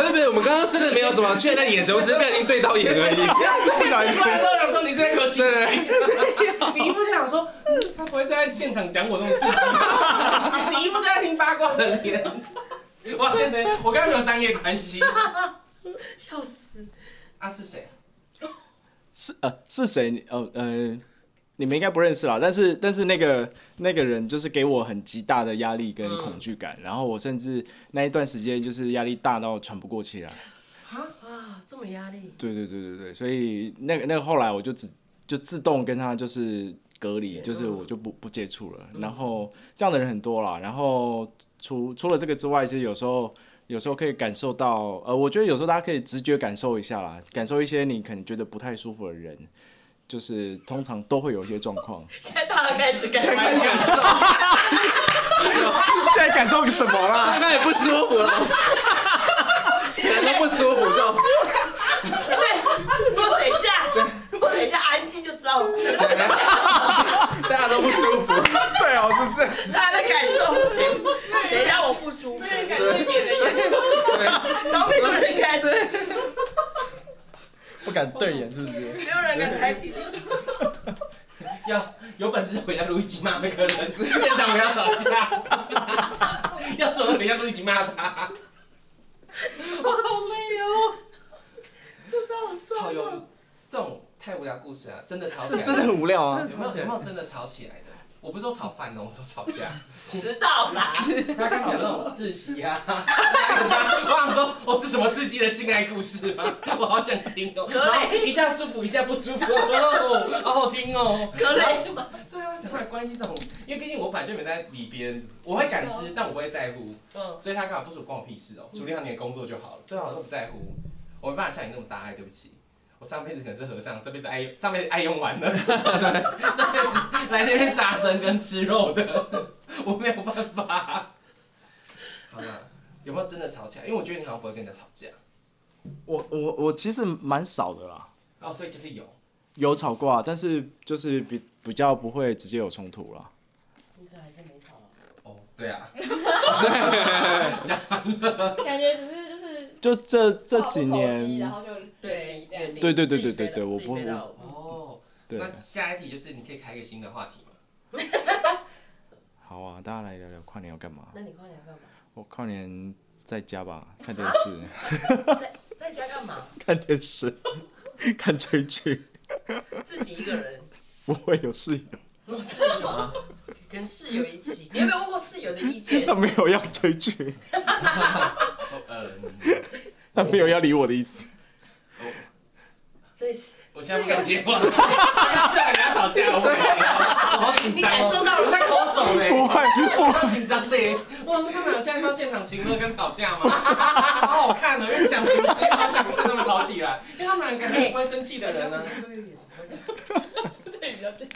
是不是，我们刚刚真的没有什么确认眼神，我只是不小心对到眼而已。
不小心
不然都想说你是在搞心虚，你一副就想说，嗯他不会是在现场讲我这种事情吧， 你一副都在听八卦的脸。我真的，我跟他没有商业关系。
笑死！
啊是谁？
是呃是谁？你哦呃，你们应该不认识啦。但是但是那个那个人就是给我很极大的压力跟恐惧感，然后我甚至那一段时间就是压力大到喘不过气来。
啊，这么压力，
对对对对对，所以那个那个后来我就只就自动跟他就是隔离，就是我就不不接触了。然后这样的人很多啦。然后除除了这个之外，其实有时候有时候可以感受到，呃，我觉得有时候大家可以直觉感受一下啦，感受一些你可能觉得不太舒服的人，就是通常都会有一些状况。
现在大家开始干嘛？
现在感受什么啦？
刚刚也不舒服了，全都不舒服就。
如果等一下，如果等一下安静就知道
大家都不舒服，
最好是这样。
大家的感受，谁谁让我不舒服？
感觉别的也
然后没有人敢，没
不敢对眼是不是？
有人敢开体
要有本事就回家录一集骂那个人，现场不要吵架。要说的回家录一集骂他。
我好累哦，就这样
好
算
有
了。
这种太无聊故事啊，真的吵起
这
来。
真的很无聊啊！
有没有有没有真的吵起来的？我不是说吵翻哦，我说吵架。
知道啦，
他刚讲那种窒息啊，我想说，我是什么世纪的性爱故事吗？我好想听哦。然后一下舒服，一下不舒服，我说哦， 好好听哦。
格雷嘛，
对啊，讲来关系这种，因为毕竟我本来就没在理别人，我会感知，但我不会在乎，
嗯，
所以他干嘛不舒服关我屁事哦，处理好你的工作就好了，最好都不在乎。我没办法像你那么大爱，对不起。我上辈子可能是和尚，这辈子爱用上辈子爱用完了， 对，这辈子来这边杀生跟吃肉的，我没有办法。好了，有没有真的吵起来？因为我觉得你好像不会跟人家吵架，
我我我其实蛮少的啦，
哦，所以就是有。
有吵过啊，但是就是比比较不会直接有冲突啦。
应该还是没吵。
哦，对啊，
感觉只是就是
就这这
话不投机
几年
然，后就对这样。
对对对对对对我不
我
哦，
对，
那下一题就是你可以开一个新的话题嘛？
好啊，大家来聊聊跨年要干嘛？
那你跨年要干嘛？
我跨年在家 吧，看电视，
在在家干嘛？
看电视， 看追剧，
自己一个人，
不会有室友，
我室友啊， 跟室友一起。你有没有问过室友的意 见
他？没有要追剧，
哦， 呃，
他没有要理我的意 思。
所以
我现在不敢接话，
啊
这样跟人家吵架，我不敢接话，我好紧
你
张
感受到
哦，我在抠手嘞，
不会，不
好紧张的耶。哇，那他们俩现在是要现场情歌跟吵架吗？好好看哦，又不想停止，好想看他们吵起来，因为他们俩感觉不会生气的人啊呢。
这里比较近。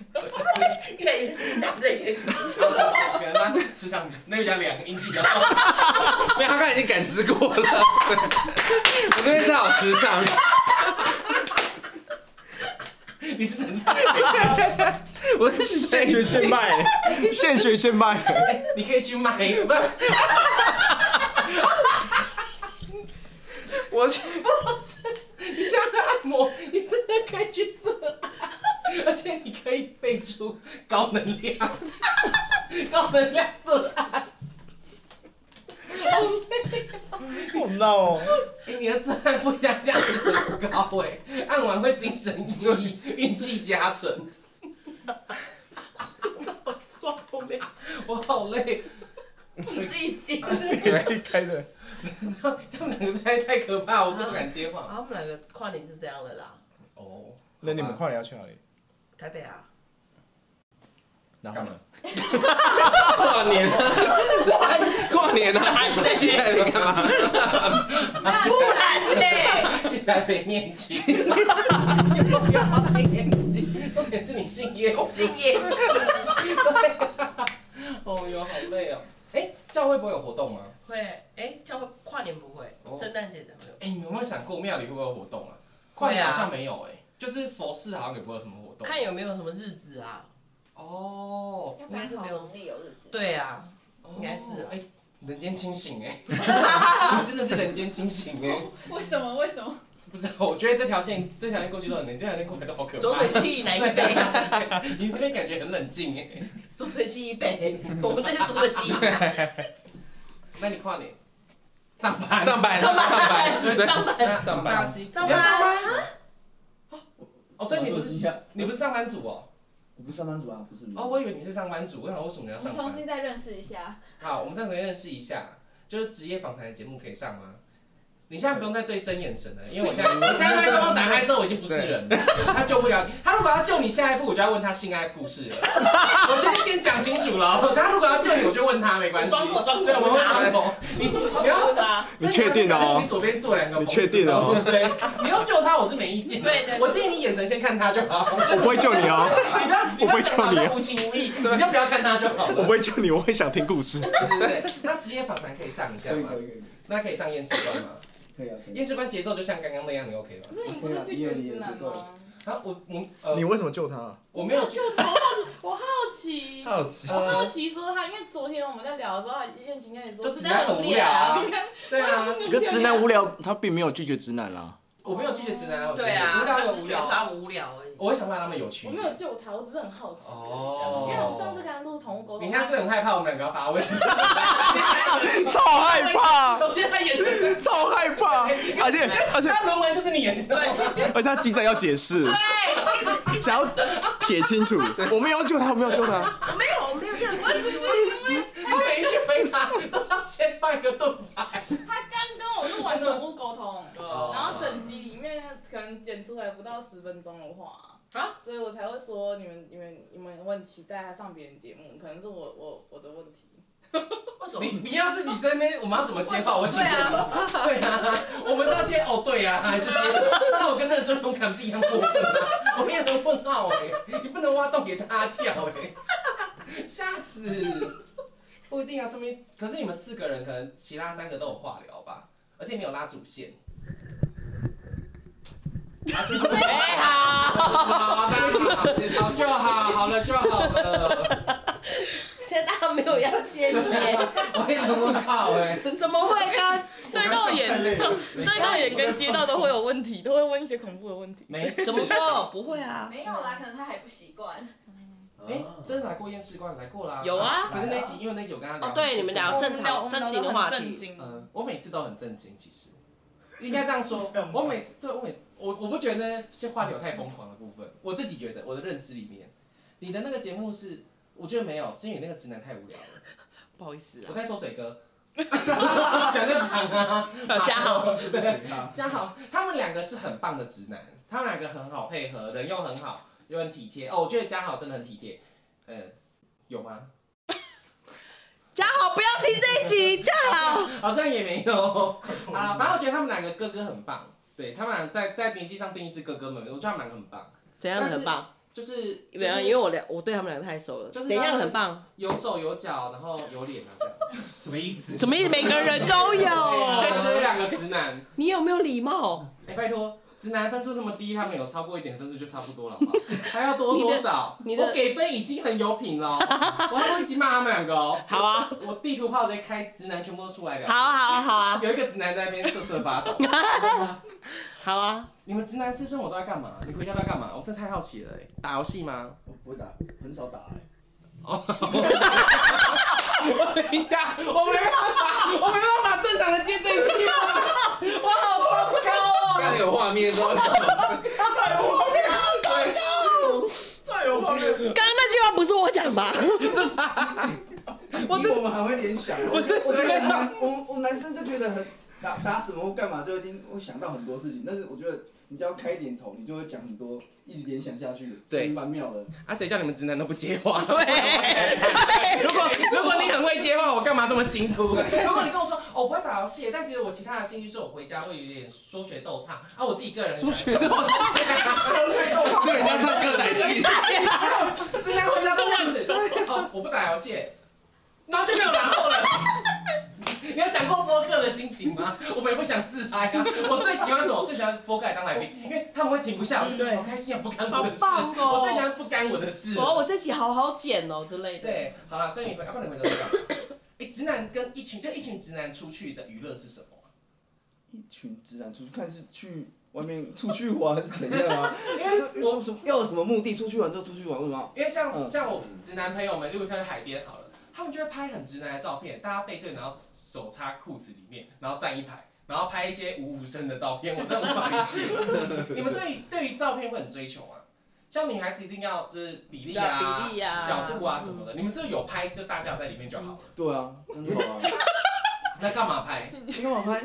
越演越难的演。
可能他磁场啊那个比较凉，阴气比较重。
没有，他刚才已经感知过了。我这边是好磁场，
你是能耐，
我是
现学
谁？
现 卖，现学现卖。
你可以去买，不 是
我去，
你像按摩，你真的可以去色，而且你可以背出高能量，高能量哎色按。
我闹 哦，
哎、你的色按附加价值很高哎、按完会精神奕奕，运气加成。
我爽我没有，
我好累，
你自己接。
你开的。
他们两个太太可怕，我真不敢接话。
他们两个跨年就这样了啦，
哦，
那你们跨年要去哪里？
台北啊。
然后
干嘛
呢？？
跨年啊，跨年啊！进来你干嘛？
突然嘞，
去台北念经，要不要念经？重点是你信耶稣。
信耶稣
哦哟，好累哦。哎、教会不会有活动吗？
会，哎，教会跨年不会，
哦
圣诞节才会有。
哎、你们有没有想过庙里会不会有活动啊？
会啊
跨年好像没有哎、就是佛寺好像也不会有什么活动。
看有没有什么日子啊？
哦，
要刚好农历有日子。
对 啊，应该是啊
哎、人间清醒哎、欸，你真的是人间清醒哎、
为什么？为什么？
不知道，我觉得这条线这条线过去都很冷，这条线过来都好可怕。
浊水溪以南一杯，
你那边感觉很冷静哎、
浊水溪一杯， 我们这是浊水溪以南。
那你跨年上班
上班，上班，对
上班，
那
上班
大西
上班
你要上班哦，所以你不
一
是
样，
你不是上班族哦？
我不是上班族啊，
嗯
不是你。
哦，我以为你是上班族，我想为什么你要
我
上
们重
班？
新再认识一下。
好，我们再重新认识一下，就是职业访谈的节目可以上吗？你现在不用再对真眼神了，因为我 现在我现在麦克风打开之后，我已经不是人了，他救不了你。他如果要救你下一步，我就要问他性爱 故事了。我先跟你讲清楚了哦，他如果要救你，我就问他没关系。
双口双口
对，我们会双口。你你要
啊，
你确定哦
你左边坐两个，
你确定哦？
对，你要救他，我是没意见的。
对对对
我建议你眼神先看他就好。
我不会救你哦，
你不要，你
我不
不
会
要
救
想法
你啊
上无情无义，你就不要看他就好
我不
了。
会救你，我会想听故事。
对对对，那职业访谈可以上一下
可以
吗
可？以可以
那可以上验尸官吗？
可以啊，可以。
验尸官节奏就像刚刚那样，你 OK 吗
可？啊是你不是去觉知男吗？
啊，我我呃，
你为什么救他？
我没有
就我好奇，我好
好
奇，
奇
我好
呃，
奇说他，因为昨天我们在聊的时候，他燕晴跟你说，
就
真
直
的
男很
很
无
无
聊
聊
啊
啊。 你看
对啊，
我
可直男无聊，他并没有拒绝直男啦。
我没有拒绝直男啊，我觉得
对啊，
无聊
他
有
只
无
觉得
聊，
他无聊而已。
我会想办法让他们有趣
我
一
没
点。
有救他，我只是很好奇。因
哦，
为我们上次跟他录宠物沟通，
你现在是很害怕我们两个要发问，
超害怕，
我觉得他眼神真的，
超害怕，而且而且
他轮完就是你眼神。
而且他急着要解释，想要撇清楚。我没有救他，我没有救他。
我啊没有，我没有这样子。
他每一句回答都要先放一个盾牌。
他刚跟我录完宠物沟通，
哦
然后整集里面可能剪出来不到十分钟的话，
啊，
所以我才会说你们你们你们我很期待他上别人节目，可能是我我我的问题。
为什
你你要自己在那边，我们要怎么接话？我请
对
问，
啊，
对啊，我们是要接哦，对啊，还是接什么？那我跟那个尊荣感不是一样过分吗？ 我也很问号哎、你不能挖洞给他跳哎、吓死！不一定啊，说明可是你们四个人可能其他三个都有话聊吧，而且你有拉主线。
哎好，
好，那好就好，好了就好了。
现在大家没有要接哎你耶，
我也很问号哎、
怎么会啊刚刚
对到眼，对到眼跟接到都会有问题，都会问一些恐怖的问题。
没事
怎么说？不会啊，
没有啦，可能他还不习 惯。
哎、真的来过验尸官，来过啦。
有啊
可是那一集，因为那一集我跟他聊。
哦对，你们
我
俩
们
正
聊
常正经的话
我们聊得很正
题，
经
嗯、。我每次都很震惊，其实应该这样 说
是这样。吗
我每次对我每次我我不觉得那些话题有太疯狂的部分，我自己觉得我的认知里面，你的那个节目是，我觉得没有，是因为你那个直男太无聊 了。
不好意思
我
啊，
在说嘴哥， 讲就讲啊，
嘉豪，
对，嘉豪，他们两个是很棒的直男，他们两个很好配合，人又很好，又很体贴。哦，我觉得嘉豪真的很体贴，呃，有吗？
嘉豪不要听这一集，嘉豪，
好像也没 有啊。反正我觉得他们两个哥哥很棒，对他们俩在在年纪上定义是哥哥们，我觉得他们两个很棒，
怎样很棒？
就是就
没有，因为
是
我俩我对他们两个太熟了，
就是
怎样很棒？
有手有脚，然后有脸啊 这样。
什么意思？
什么意思？每个人都有，
对，就是两个直男，
你有没有礼貌？
哎、拜托。直男分数那么低，他们有超过一点分数就差不多了，好不 好？还要多多少？
你的
我给分已经很有 品了，我还会一直骂他们两个哦。
好啊，
我地图炮直接开，直男全部都出来
好
了。
啊好啊好 啊
有一个直男在那边瑟瑟 发抖。
好啊，
你们直男私生活都在干嘛？你回家都在干嘛？我真的太好奇了、哎打游戏吗？哦
我不会打，很少打哎。
等一下，我没办法，我没办法正常的接这一句话，我好糟糕哦！
刚有画面说，
太有画面，
刚刚那句话不是我讲吧？
我我们还会联想。
不是
我觉得我们男我们我们男生就觉得很打打什么或干嘛就已经会想到很多事情，但是我觉得你只要开一点头，你就会讲很多，一直联想下去，
对
蛮妙的。
啊，谁叫你们直男都不接 话？
对，
如果如果你很会接话，我干嘛这么辛苦？
如果你跟我说，哦，我不会打游戏，但其实我其他的兴趣是我回家会有点说学逗唱啊，我自己个人说学逗
基本上是歌仔戏。
唱，直男回答都这样子，哦，我不打游戏，然后就没有然后了。 你有想过播客的心情吗？我们也不想自拍啊。我最喜欢什么？我最喜欢播客来当来宾，因为他们会停不下，我就觉 得好开心啊，不干我的事。
好棒哦
我最喜欢不干我的事了。
哦，我这集好好剪哦之类的。
对，好了，所以你回，要、不然你回头讲。哎、直男跟 一群就一群直男出去的娱乐是什么啊？
一群直男出去看是去外面出去玩是怎样啊？
因为我
我什么要有什么目的？出去玩就出去玩，为什么
因为像、
嗯
像我直男朋友们，例如像去海边好了，他们就会拍很直男的照片，大家背对，然后手插裤子里面，然后站一排，然后拍一些无无声的照片，我真的无法理解。你们对于对于照片会很追求吗？像女孩子一定要就是比例啊、
比例啊
角度啊什么的，你们是不是有拍就大家在里面就 好了？
要？对啊，真的好啊！
那干嘛拍？
你干嘛拍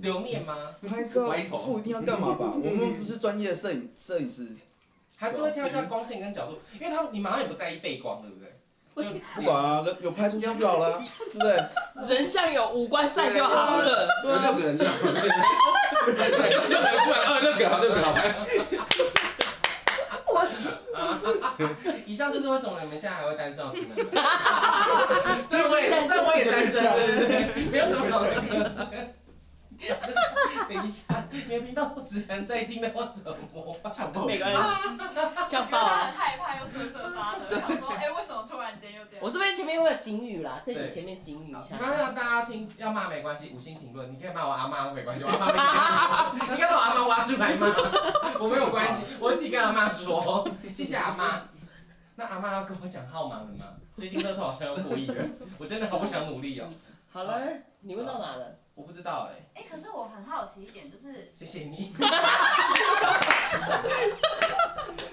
留念吗？
拍照
歪头？
不一定要干 嘛吧？我们不是专业的摄影摄影师，
还是会挑一下光线跟角度，因为他们你马上也不在意背光，对不对？就
不管啊，有拍出去就好了啊，对不 对？
人像有五官在就好了。
对啊，
个人这样，六个人出来，哦，六个好，六个好。
以上就是为什么你们现在还会单身的情人。所以我也，所以我也单身，对对对，没有什么好的。等一下，你们频道只能在听的话怎么办？
每个人叫爆
他很
啊！
害怕又瑟瑟发 抖，想说哎，为什么突然间又这样？
我这边前面会有警语啦，这集前面警语一
刚刚
下。
让大家听，要骂没关系，五星评论，你可以骂我阿妈没关系，我阿 妈没关系，你应该把我阿妈挖出来骂，我没有关系，我自己跟阿妈说，谢谢阿妈。那阿妈要跟我讲号码了吗？最近乐透好像要过亿了，我真的好不想努力哦。
好了，你问到哪了？
我不知道哎、
哎，可是我很好奇一点，就是
谢谢 你。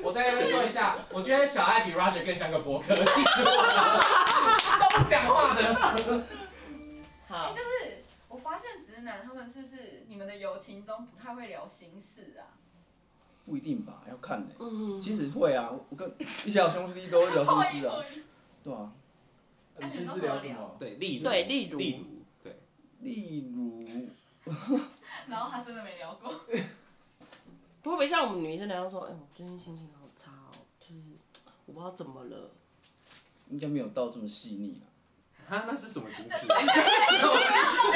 我在那边说一下，我觉得小爱比 Roger 更像个博客，气死 我了，都不讲话的。
哎，
啊
好，
就是我发现直男他们是不是你们的友情中不太会聊心事啊？
不一定吧，要看呢。
嗯，
其实会啊，我跟一些好兄弟都会聊心事啊，对啊，
那
你
你
心
们
事
都
聊
聊
什么？
对，例如
对，例如
例如对，
例如，
然后他真的没聊过，
会不会像我们女生聊到说，哎、我最近心情好差哦，就是我不知道怎么了。
应该没有到这么细腻啦。
啊，那是什么形式？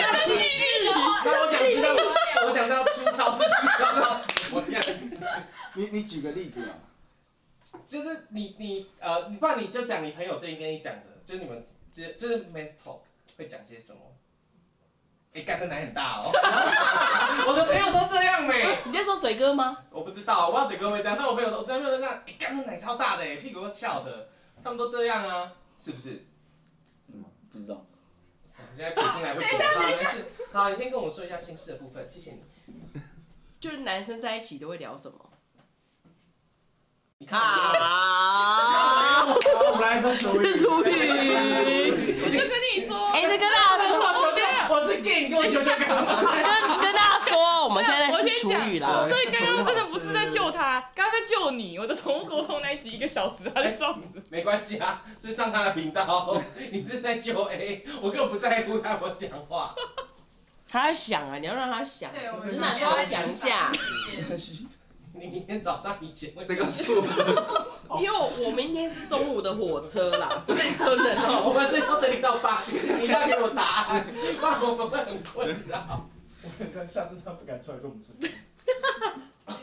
那我想知道，我想知道粗糙是粗糙到什么样子。
你你举个例子啊？
就是你你呃，不然你就讲你朋友最近跟你讲的，就是你们直就是 men's talk 会讲些什么？哎、干的奶很大哦，我的朋友都这样没、
你在说嘴哥吗？
我不知道，我不知道嘴哥会不会这样，但我朋友都我真的朋友都这样，哎、干的奶超大的、哎，屁股都翘的，他们都这样啊，是不是？
不知道。
算了现在可以进来不及了，好，没事，好，你先跟我说一下心事的部分，谢谢你。
就是男生在一起都会聊什么？
你看我的
啊，
好，我们来说球
是
语。
出语。
我就跟你说，
哎、那跟大家
我
说，
求救，我是 gay，你跟我求救干嘛？
跟跟大家说，我们现在
我
在
先
吃厨语
讲
啦。
所以刚刚真的不是在救他，刚刚在救你。我的宠物沟通那一集一个小时，他在撞死。
没关系啊，是上他的频道， 你是在救 A，我根本不在乎他我讲话。
他在想啊，你要让他想，
对我们
直男都要想一下，
嗯
你明天早上以前会
这个是我们
因为我明天是中午的火车 啦，不太可能哦、
我们最后等你到八点，你要给我答案，不然我们会很困扰。
下次他不敢出来跟我们吃。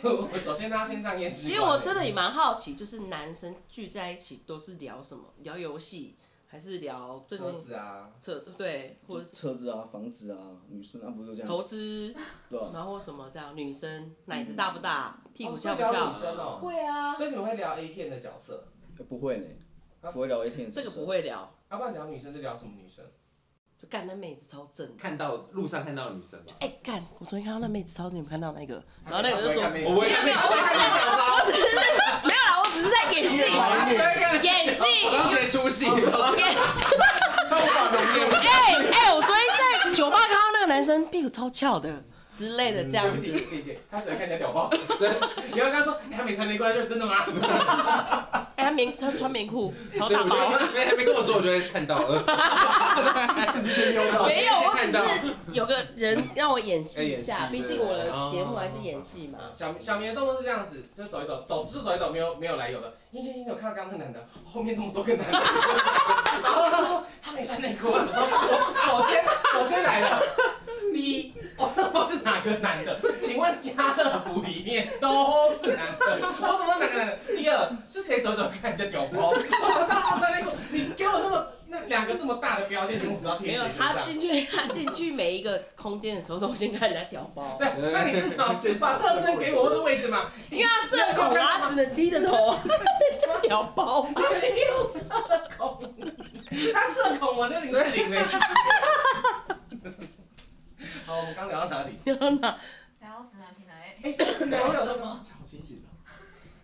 我首先他先上夜市，
其实我真的也蛮好奇，就是男生聚在一起都是聊什么？聊游戏，还是聊最
车
近
子啊，
这对，或者是
车子啊，房子啊，女生啊，不就这样？
投资，
对吧？
然后什么这样？女生奶子大不大？屁股翘不
哦这聊
翘
女？生哦，
会啊，
所以你们会聊 A 片的角色，
不会呢，不会聊 A 片。
这个不。会聊，
要啊不然聊女生就聊什么女生？
就干那妹子超正。
看到路上看到的女生吧。
哎、干！我昨天看到那妹子超正，你们看到那个？然后那个就说
他
没
没
有
有看妹子
没有
啦，我只是在演戏，演戏，
我刚刚在出戏， 我
演。
刚刚
哎哎，我昨天在酒吧看到那个男生屁股超翘的之类的，这
嗯对
样
不起，
子
对。不起，对不起他只能看起来屌 爆。你要跟他说，哎他没穿内裤，他就真的吗？
哎、他棉他穿棉裤，超
对
大
我
包。
就 没还没跟我说，我就会看到 了。
自己先溜到。
没有，我
看
只
到
是有个人让我演戏一下，
哎演戏
毕
对
竟我的节目还是演戏嘛。
小小明的动作是这样子，就走一走，走就是走一走，没有没有来由的。因为你有看到刚刚那男的，后面那么多个男的， 然后他说他没穿内裤，啊我说我首先首先来了，第一，我不知道是哪个男的，请问家乐福里面都是男的，我怎么知道哪个男的？第二，是谁走一走看人家屌包？ 我他妈穿内裤，你给我那么那两个这么大的标签，你怎么知道
没
贴
有
谁，身
他
上？
进去，他进去每一个空间的时候，都先看人家屌包，
对，那你至少把特征给我或者位置嘛，
因为他社恐啊，他只能低着头， 叫屌包。
又社恐，他社恐，我这林志玲没。好，我们刚聊到哪里？
然后直男平台
哎、是直男会有那个
吗？
好清醒啊！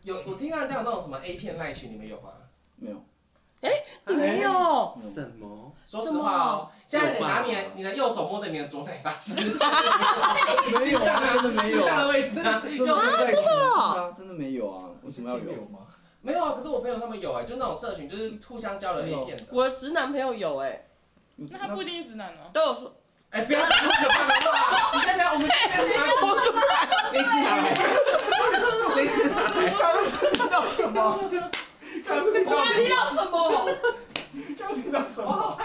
有，我听到人家有那种什么 A 片赖群，你们有吗？
没有。
没有，
什么？
说实话哦，现在你拿你的你的右手摸着你的左奶巴是，
没有啊，真的没有
是大的
啊。
位置啊，
真
有
的
啊。
是真的真的没有啊，为什么要有？
吗？
没有啊？可是我朋友他们有哎、就那种社群，就是互相交流 A 片的。
我的直男朋友有哎、
那他不一定是直男哦。
都有说，
哎、不要讲那个话了，你在聊我们这边讲，
类似哪来？类似哪来？
刚刚是听到什么？刚刚是听到什么？
到什么
刚刚听到什么？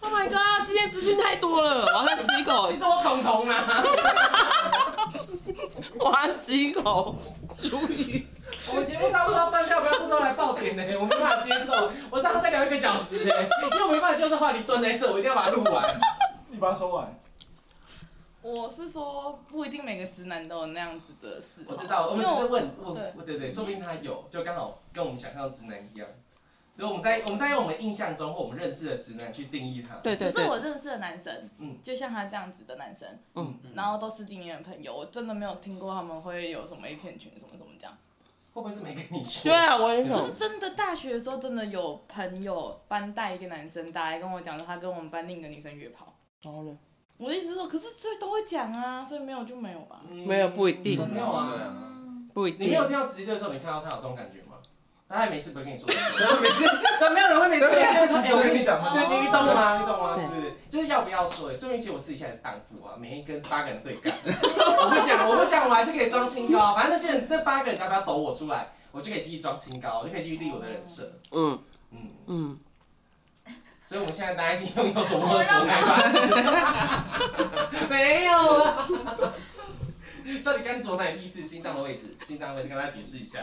？Oh my god！今天资讯太多了，我要再吃一口
其，实我彤彤啊，
我要吃一口主语。
我们节目差不多要断掉，不要这时候来爆点呢、我没办法接受。我这样再聊一个小时呢、因为我没办法接受话题蹲在这，我一定要把它录完。
你把它说完。
我是说，不一定每个直男都有那样子的事。哦
我知道，我们只是问问
对，
我对对，说不定他有，就刚好跟我们想象的直男一样。所以我们在我们在用我们印象中或我们认识的直男去定义他。
对
可是我认识的男生，
嗯
就像他这样子的男生，
嗯
然后都十几年的朋友，我真的没有听过他们会有什么 A 片群什么什么这样。
会不会是没跟你说
对？啊，我也有
可。是真的大学的时候，真的有朋友班带一个男生，打来跟我讲说他跟我们班另一个女生约炮。
然后呢？
我的意思是说，可是所以都会讲啊，所以没有就没有吧。
嗯
没有不一定
没有啊。
嗯，
不一
你
定
没。有听到直接的时候，你看到他有这种感觉吗？那他也没事不会跟你 说。
每次
但没有人会每次跟
啊
你说，哎、
我
我
跟
跟
你
你
讲
讲，就
话
是你你懂我吗？你懂吗？就是就是要不要说、欸？说明其实我私底下很荡妇啊，每天跟八个人对干。我不讲，我不讲，我还是可以装清高啊。反正那些人那八个人要不要抖我出来，我就可以继续装清高，我就可以继续立我的人设。
嗯
嗯，
嗯，
所以我们现在大家已经拥有所不能所难发现。没有啊。到底干左奶意思？心脏的位置，心脏的位置，跟大家解释一下。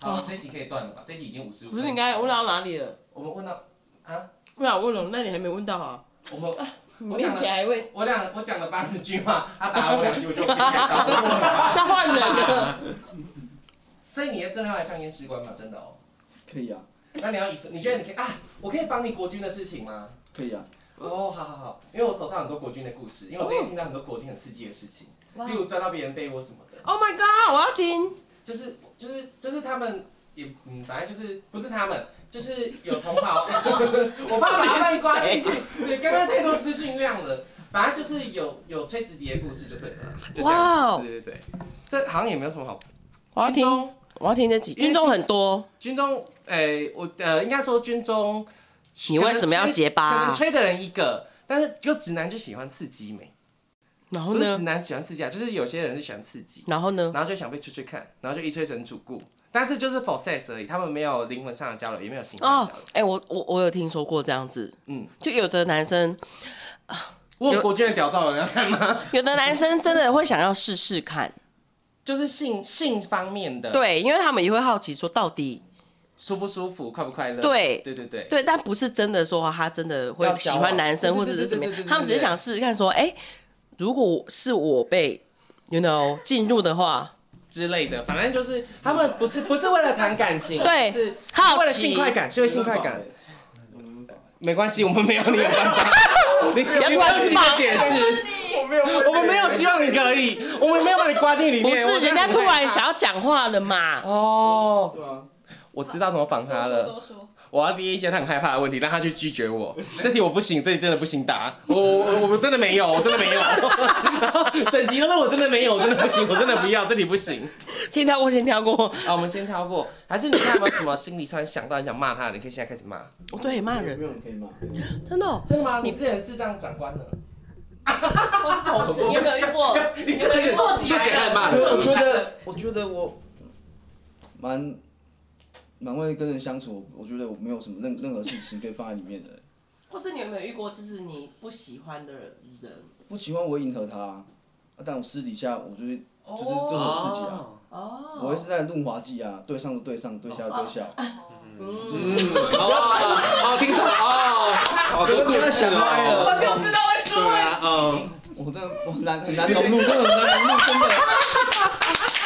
好，这集可以断了吧？这集已经五十五。
不是你刚才问到哪里了？
我们问到啊，
不然我问了，那你还没问到啊？
我们
你面前还问，
我两我讲了八十句话，他打了我两句，我就被开刀了。
那换人 了。
所以你真的要来上验尸官吗？真的哦。
可以啊，
那你要以身，你觉得你可以啊？我可以帮你国军的事情吗？
可以啊，
哦，好好好，因为我走到很多国军的故事，因为我最近听到很多国军很刺激的事情，
哦
例如钻到别人被窝什么的，
Oh my god！我要听。
就是就是就是他们也嗯，反正就是不是他们，就是有同 袍，我怕把他们刮进去，对，刚刚太多资讯量了，反正就是有有吹直笛的故事就对了，就这样子
哇哦
对对对，这好像也没有什么好。
我要
军
听，
中
我要听这集。
因为
军中很多，
军中，诶、我呃，应该说军中，
你为什么要结巴啊
可能吹可能吹的人一个，但是就直男就喜欢刺激美，
然后
不是
呢
直？男喜欢刺激啊，就是有些人是喜欢刺激，
然后呢？
然后就想被吹吹看，然后就一吹成主顾，但是就是 for sex 而已，他们没有灵魂上的交流，也没有情感
哦
的交流。，
哎、我我我有听说过这样子，
嗯，
就有的男生，
我有国军的屌照人要看吗？
有的男生真的会想要试试看，
就是性性方面的，，
对，因为他们也会好奇说到底，
舒不舒服，快不快乐？
对
对对对。
对，但不是真的说他真的会
要
喜
交往
欢男生或者是怎么
对对对
样，
对对对
他们只是想试试看说，哎、如果是我被，you know，进入的话，
之类的，反正就是他们不是不是为了谈感情，
对
是
好
是为了
奇
性快感，是为了性快感。没关系，我们没有你有办法，你 你不
要
要自己
乱骂
解释，
嗯
我没有，
我们没有希望你可以，我们没有把你刮进里面。
不
我
是
觉
人
得
家
你
突
害
然
怕
想要讲话了嘛？
哦，
对啊，
我知道怎么防他了，
多说
我要列一些他很害怕的问题，让他去拒绝我。这题我不行，这题真的不行答，我我我真的没有，我真的没 有。然后整集都是我真的没有，我真的不行，我真的不要，这题不行。
先跳过，先跳过。
啊，我们先跳过，还是你现在有没有什么心里突然想到你想骂他的？你可以现在开始骂。
哦，对，骂
有
人
没，有人可以骂？
真的、哦。
真的吗？你之前智障长官呢？
或是同事，你有没有遇过？
你现在坐起来了
我觉得，我觉得，我觉得我蛮蛮会跟人相处，我觉得我没有什么任任何事情可以放在里面的。
或是你有没有遇过，就是你不喜欢的人？
不喜欢我会迎合他啊，啊但我私底下我就是就是做我自己啊，
哦，
我会是在润滑剂啊，对上就对上，对下就对下。
嗯，
啊
哦，听懂了哦，好多
我
故
突然
事
想开
哦。
了，
就知道会出
对啊，嗯，
我真的我很难很难融入，真的很难融入，真的。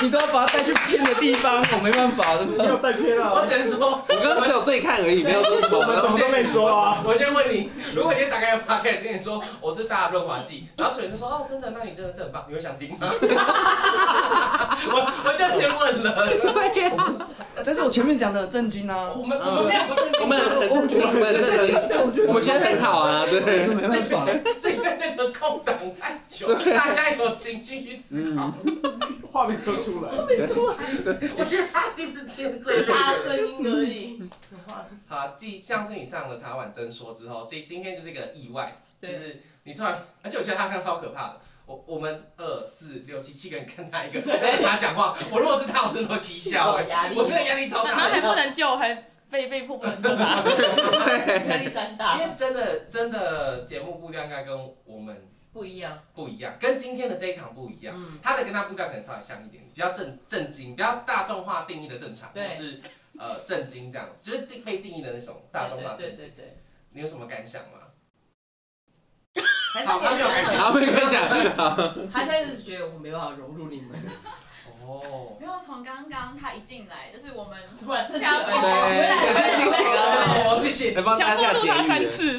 你都要把他带去偏的地方，我没办法，真
没有
的。
带偏啊，
只能说，
我刚刚只有对看而已，没有说什么。
我们什么都没说啊。
我先问你，如果你打开 p o d 跟你说我是大润滑剂，然后主人就说哦，真的，那你真的是很棒，你会想听吗？ 我我就先问了，
但是我前面讲的很震惊啊，
我们我们没有不正经，
我们很正经，我们很正经，
对，我觉得
我们现在很好啊，对。
真的没办法。
是因为那个空档太久，大家有情绪去思考。
画面都出来，
我觉得他一直接最
差声音而已。
好，继上次你上了茶碗真说之后，这今天就是一个意外，就
对
是你突然，而且我觉得他刚超可怕的。我我们二四六七七个人看他 一个，在跟他讲话，我如果是他，我真的会啼笑、
有压
欸，
力
我真的压力超
然后
大
还
的。
不能救，还被被迫不能救他，
压力山
因为真的真的节目步调应该跟我们
不一样。
不一样，跟今天的这一场不一样，
嗯
他的跟他步调可能稍微像一点，比较正正经，比较大众化定义的正常，或
对
是呃正经这样子，就是定被定义的那种大众化正经。
对，
你有什么感想吗？
还
好，他没有感想。
好，没关系啊。好
他现在就是觉得我没办法融入你们，
哦，
没有从刚刚他一进来，就是我们
突然正
下
对
回
清醒了
哦，谢谢。
帮
强
他
迫
下
录
结
他
语
三
了。
次，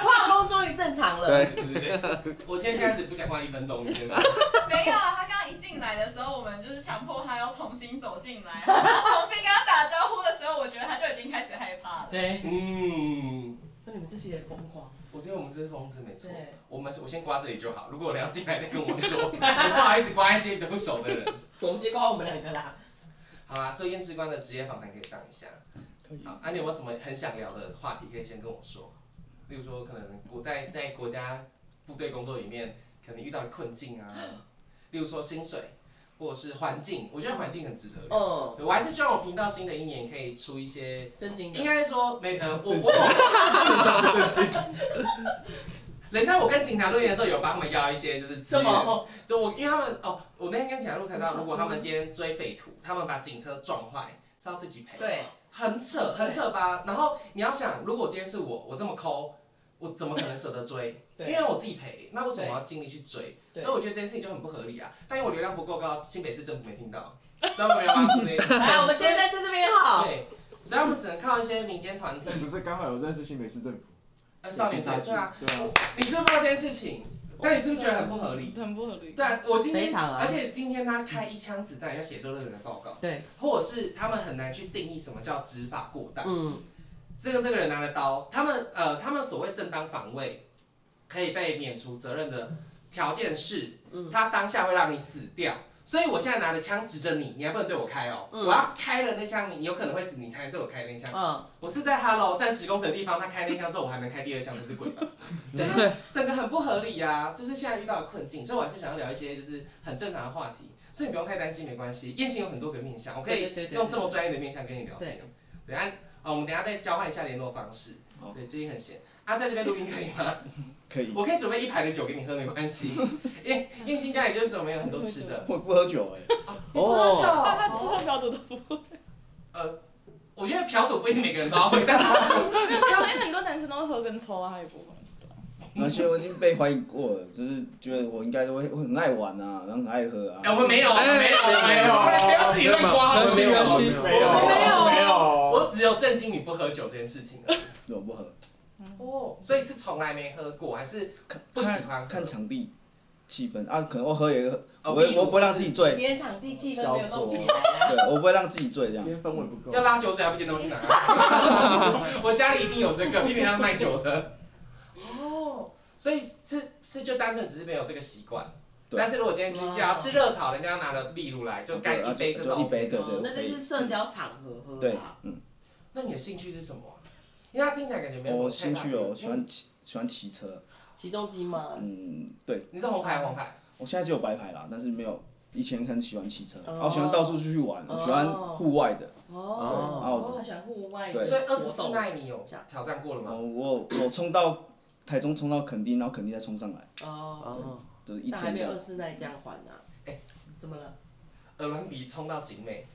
画风终于正常了。
对，
对对对，我今天开始不讲话一分钟，你先。
没有啊，他刚一进来的时候，我们就是强迫他要重新走进来， 然后他重新跟他打招呼的时候，我觉得他就已经开始害怕了。
对，
嗯，
那你们这些人疯狂。
我觉得我们这是疯子没错
对。
我们我先刮这里就好，如果有人要 进来再跟我说，我不好意思刮一些比较不熟的人。
我们结果我们两个啦。
好啦，所以验尸官的职业访谈可以上一下。好，啊，你有没有什么很想聊的话题可以先跟我说？例如说，可能我在在国家部队工作里面，可能遇到的困境啊，例如说薪水，或者是环境，我觉得环境很值得聊。
哦，
对我还是希望我频道新的一年可以出一些
真经
应
的，
该说没呃，我我人家我跟警察录音的时候有帮他们要一些就是资
什
源，
么？
就我因为他们哦，我那天跟警察录才知道，如果他们今天追匪徒，他们把警车撞坏是要自己赔，
对，
很扯很扯吧？然后你要想，如果今天是我，我这么抠，我怎么可能舍得追？因
对
为我自己赔，那为什么我要尽力去追？
对
所以我觉得这件事情就很不合理啊！但因为我流量不够高，新北市政府没听到，所以他们没有发出那 些。
来，我们现在在这边哈。
对，所以他们只能靠一些民间团体
但不是刚好有认识新北市政府
呃，少
警
年
察
队
局，
对啊，
对啊，哦
你知不知道这件事情？但你是不是觉得很不合理？
很不合理。
对啊，我今
非
天，
常啊
而且今天他开一枪子弹要写六六人的报告，
对，
或者是他们很难去定义什么叫执法过当。
嗯，
这个那个人拿了刀，他们呃，他们所谓正当防卫可以被免除责任的条件是，
嗯
他当下会让你死掉。所以我现在拿着枪指着你，你还不能对我开哦，
嗯
我要开了那枪，你有可能会死，你才能对我开那枪。
嗯，
我是在 Hello 站十公尺的地方，他开那枪之后，我还能开第二枪，这是鬼 吧？就是整个很不合理呀、啊，就是现在遇到的困境，所以我还是想要聊一些就是很正常的话题，所以你不用太担心，没关系。燕行有很多个面向，我可
对
以
对对对
用这么专业的面向跟你聊天
对。
对啊，哦，我们等一下再交换一下联络方式
好。
对，最近很闲。啊，在这边录音可以 吗？
可以，
我可以准备一排的酒给你喝，没关系。燕燕兴家里就是我们有很多吃的。
我不喝酒哎、
哦，
但他吃饭标准都不会，
我觉得嫖赌不一定每个人都要会，但是
因为很多男生都会喝跟抽啊，他也不会。
而且我已经被怀疑过了，就是觉得我应该都会会很爱玩啊，然后很爱喝啊。
哎，我们没有，我们没有，我们没有，不要自己乱刮好吗？
没有没有没
没有没有，
我只有震惊你不喝酒这件事情而已。
我不喝，
哦，所以是从来没喝过，还是不喜欢喝
看场地气氛啊，可能我喝也喝，
哦
我会我不会让自己醉，
今
对
天场地气氛没有弄起来啊。
我不会让自己醉这样
今。天氛围不够
要。拉酒嘴还不见得我去 拿？我家里一定有这个，一定要卖酒的。哦，所以是是就单纯只是没有这个习惯。
对
但是如果今天去就要吃热炒，人家拿了秘鲁来，就干哦一杯这
就一
种。哦
杯，对对。
那这是社交场合喝
对
吧，
嗯，
那你的兴趣是什么啊？因为他听起来感觉没有什
我
么太
兴
大
趣哦，我
的
喜欢骑喜欢骑车，
起重机吗？
嗯，对
你是红牌黄牌？
我现在只有白牌啦，但是没有以前很喜欢骑车，
哦
然后喜欢到处出去玩，
哦
喜欢户外的，
哦，
然后
我喜欢户外
对
所以
的
二
活
十四
动。
纳米有挑战过了吗？
我我我冲到台中冲到垦丁，然后垦丁再冲上来，
哦，
就是一
但还
天
没
这
有二。
样
四那一这样还呢。哎，怎么了？
鹅銮鼻冲到景美，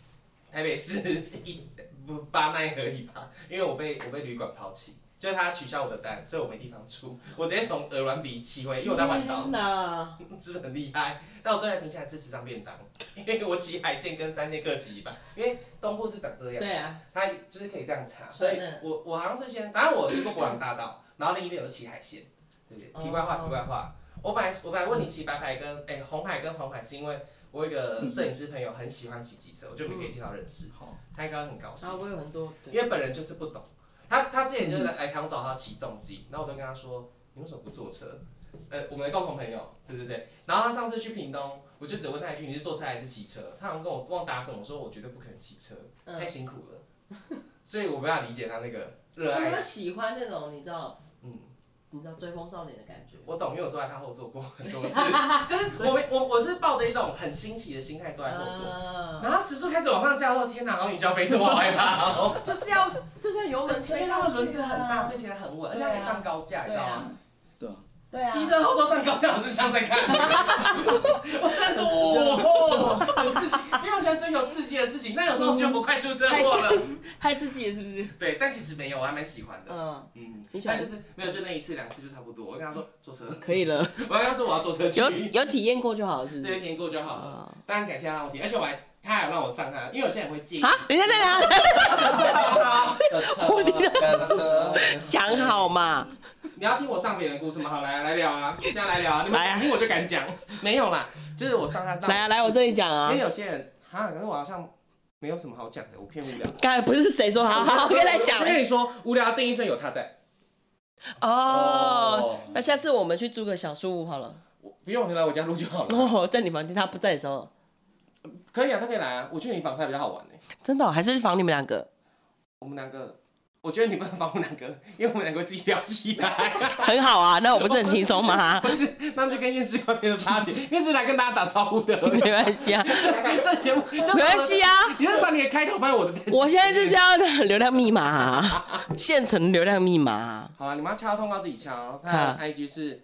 台北市一不八奈而已吧，因为我被我被旅馆抛弃，就是他取消我的单，所以我没地方住，我直接从鹅銮鼻骑回，因为我在环岛
天，哪！
是不是很厉害？但我最后停下来吃池上便当， 因为我骑海线跟三线各骑一半，因为东部是长这样，
对啊，
它就是可以这样查，所以
真的
我我好像是先，反正我经过博朗大道，然后另一边有骑海线，对不对？
哦
题外话，题外话，我本来我本来问你骑白牌跟哎、红海跟黄海，是因为我有一个摄影师朋友很喜欢骑机车，我觉得你可以介绍认识，
好
他应该会很
嗯
高
然
兴
后，我有很多对嗯
因为本人就是不懂，他他之前就是来来台湾找他骑重机，然后我都跟他说，你为什么不坐车？呃，我们的共同朋友，对对对。然后他上次去屏东，我就只问他一句，你是坐车还是骑车？他好像跟我忘答什么，我说我绝对不可能骑车。
嗯
太辛苦了，所以我没法理解他那个热
我
爱
有。喜欢那种你知道，
嗯，
你知道追风少年的感觉。
我懂，因为我坐在他后座过很多次，就是我我我是抱着一种很新奇的心态坐在后座，
啊
然后时速开始往上加，我说天哪，然后你交飞是我好害怕哦。
就是要就是要油 门
因
推
为
上
他
去啊
们轮子很大，所以骑得很稳，而且它可以上高架，你
对
知道吗？
啊，
对啊
对啊，
机车后座上高架，我是这样在看。 我在说，哦，有刺激因为我喜欢追求刺激的事情，但有时候就
嗯
不快出车 祸了。
害自己了是不是？
对，但其实没有，我还蛮喜欢的。
嗯，
嗯，
你喜
但
欢
就是没有，就那一次两次就差不多。我跟他说坐车，
可以了，
我跟他说我要坐 车去，
有有体验过就好了，是不
这一
是？
天过就好了。
啊，
当然感谢他让我提，而且我还他还有让我上他，因为我现在也会记
等一下，等一下，
的车
啊我理解
的车。
讲好嘛，
你要听我上别人的故事吗？好，来来 聊啊，现在来聊啊，你们
来啊
敢听我就敢 讲，没有啦，就是我上他当
来啊，来我这里讲
因
啊
为，有些人啊，可是我好像没有什么好讲的，我偏无聊。
刚才不是谁说好好好，跟他讲
我跟你说，无聊的定义是有他在。
哦。，那下次我们去租个小书屋好了，
哦不用你来我家录就好了。
哦，在你房间，他不在的时候，
可以啊，他可以来啊。我觉得你访他比较好玩呢、
真的哦、还是防你们两个，
我们两个，我觉得你不能访我们两个， 因为我们两个自己聊起来。
很好啊。那我不是很轻松 吗？
不是，那就跟验尸官没有差别，因为是来跟大家打招呼的。
没关系啊，
这节目就
没关系啊。
你就是把你的开头放在我的。
我现在就是要流量密码、啊，现成流量密码、啊。
好啊，你们要敲通告自己敲，他的 IG 是，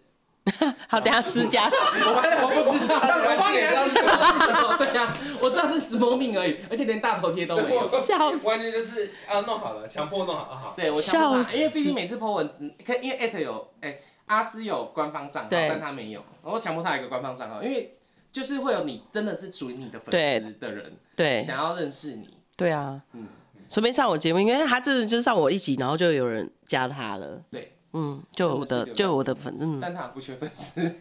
好，等一下私家，
我完了，我不知道，我帮你
也
是什么是什么？对呀、啊，我知道是死亡命而已，而且连大头贴都没有。
笑死。
完全就是啊，弄好了，强迫弄好啊，好。
对，我想不
笑
到
死
因为毕竟每次 po 文字，可因为艾特有，哎、阿斯有官方账号，
对
但他没有，然后强迫他有一个官方账号，因为就是会有你真的是属于你的粉
对
丝的人
对
想要认识你，
对啊，
嗯
随便上我节目，因为他真的就是上我一集，然后就有人加他了。
对，
嗯，就有我的
那不是流量
就有我的粉，嗯
但他不缺粉丝。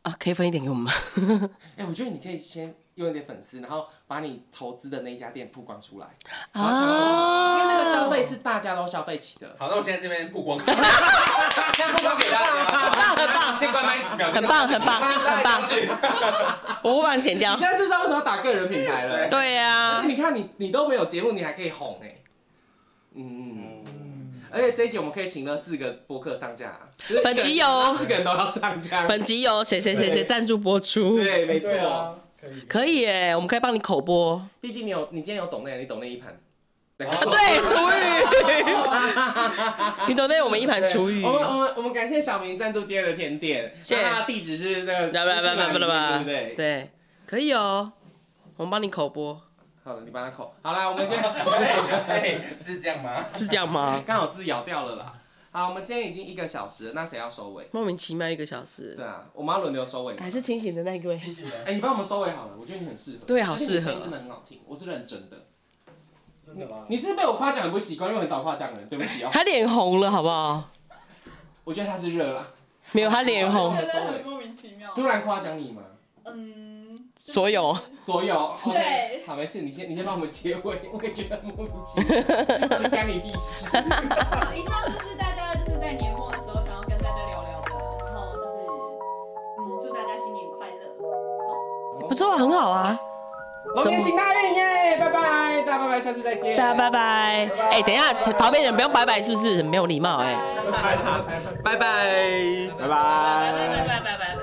啊，可以分一点给我们吗？
哎、我觉得你可以先用一点粉丝，然后把你投资的那一家店曝光出来，然后抢购因为那个消费是大家都消费起的。
好，那我现在这边曝光，现在曝光给大家，
棒 很棒
先关麦十秒，
很棒，很棒，很棒，我不帮你剪掉
你。现在是不知道为什么打个人品牌了、
对呀、
而且你看你你都没有节目，你还可以红哎、嗯。而且这一集我们可以请了四个播客上架，就是一个人
本集有
四个人都要上架。
本集由谁谁谁谁赞助播出，
对，没错
对。啊，可以。
可以耶，我们可以帮你口播。
毕竟你有，你今天有懂那，你懂那一盘。对，
啊对，厨余，你懂得我们一盘
对
厨余
我。们我们我们感谢小明赞助今天的甜点，
谢谢
那他的地址是那个
来来来来来来，
对不对？
对，可以哦，我们帮你口播，
好了，你帮他扣。好啦，我们先？
哎，是这样吗？
是这样吗
刚好字咬掉了啦。好，我们今天已经一个小时了，那谁要收尾？
莫名其妙一个小时
对，啊，我们要轮流收尾吗
还。是清醒的那一位。
谢谢。
哎、你帮我们收尾好了，我觉得你很适合。
对好
而且你的
适合啊
声音真的很好听，我是认真的。
真的吗？
你是被我夸奖很不习惯，因为我很少夸奖人，对 不起哦。
他脸红了，好不好？
我觉得他是热啦，
没有，他脸
我
红。
觉得很莫名其妙。
突然夸奖你嘛。
嗯，就是
啊所有
所有
对
OK，好，没事，你先你先帮我们结尾， 我也觉得莫名其妙，干你屁 事。
以上就是大家就是在年末的时候想要跟大家聊聊的，然后就是嗯，祝大家新年快乐。
不错啊，很好啊，
龙年行大运耶，拜拜，大家拜拜，下次再见，
大家拜拜。哎、等一下，旁边人不用拜拜，是不是很没有礼貌、哎。
拜
拜
拜。
拜拜。
拜。
拜拜拜拜。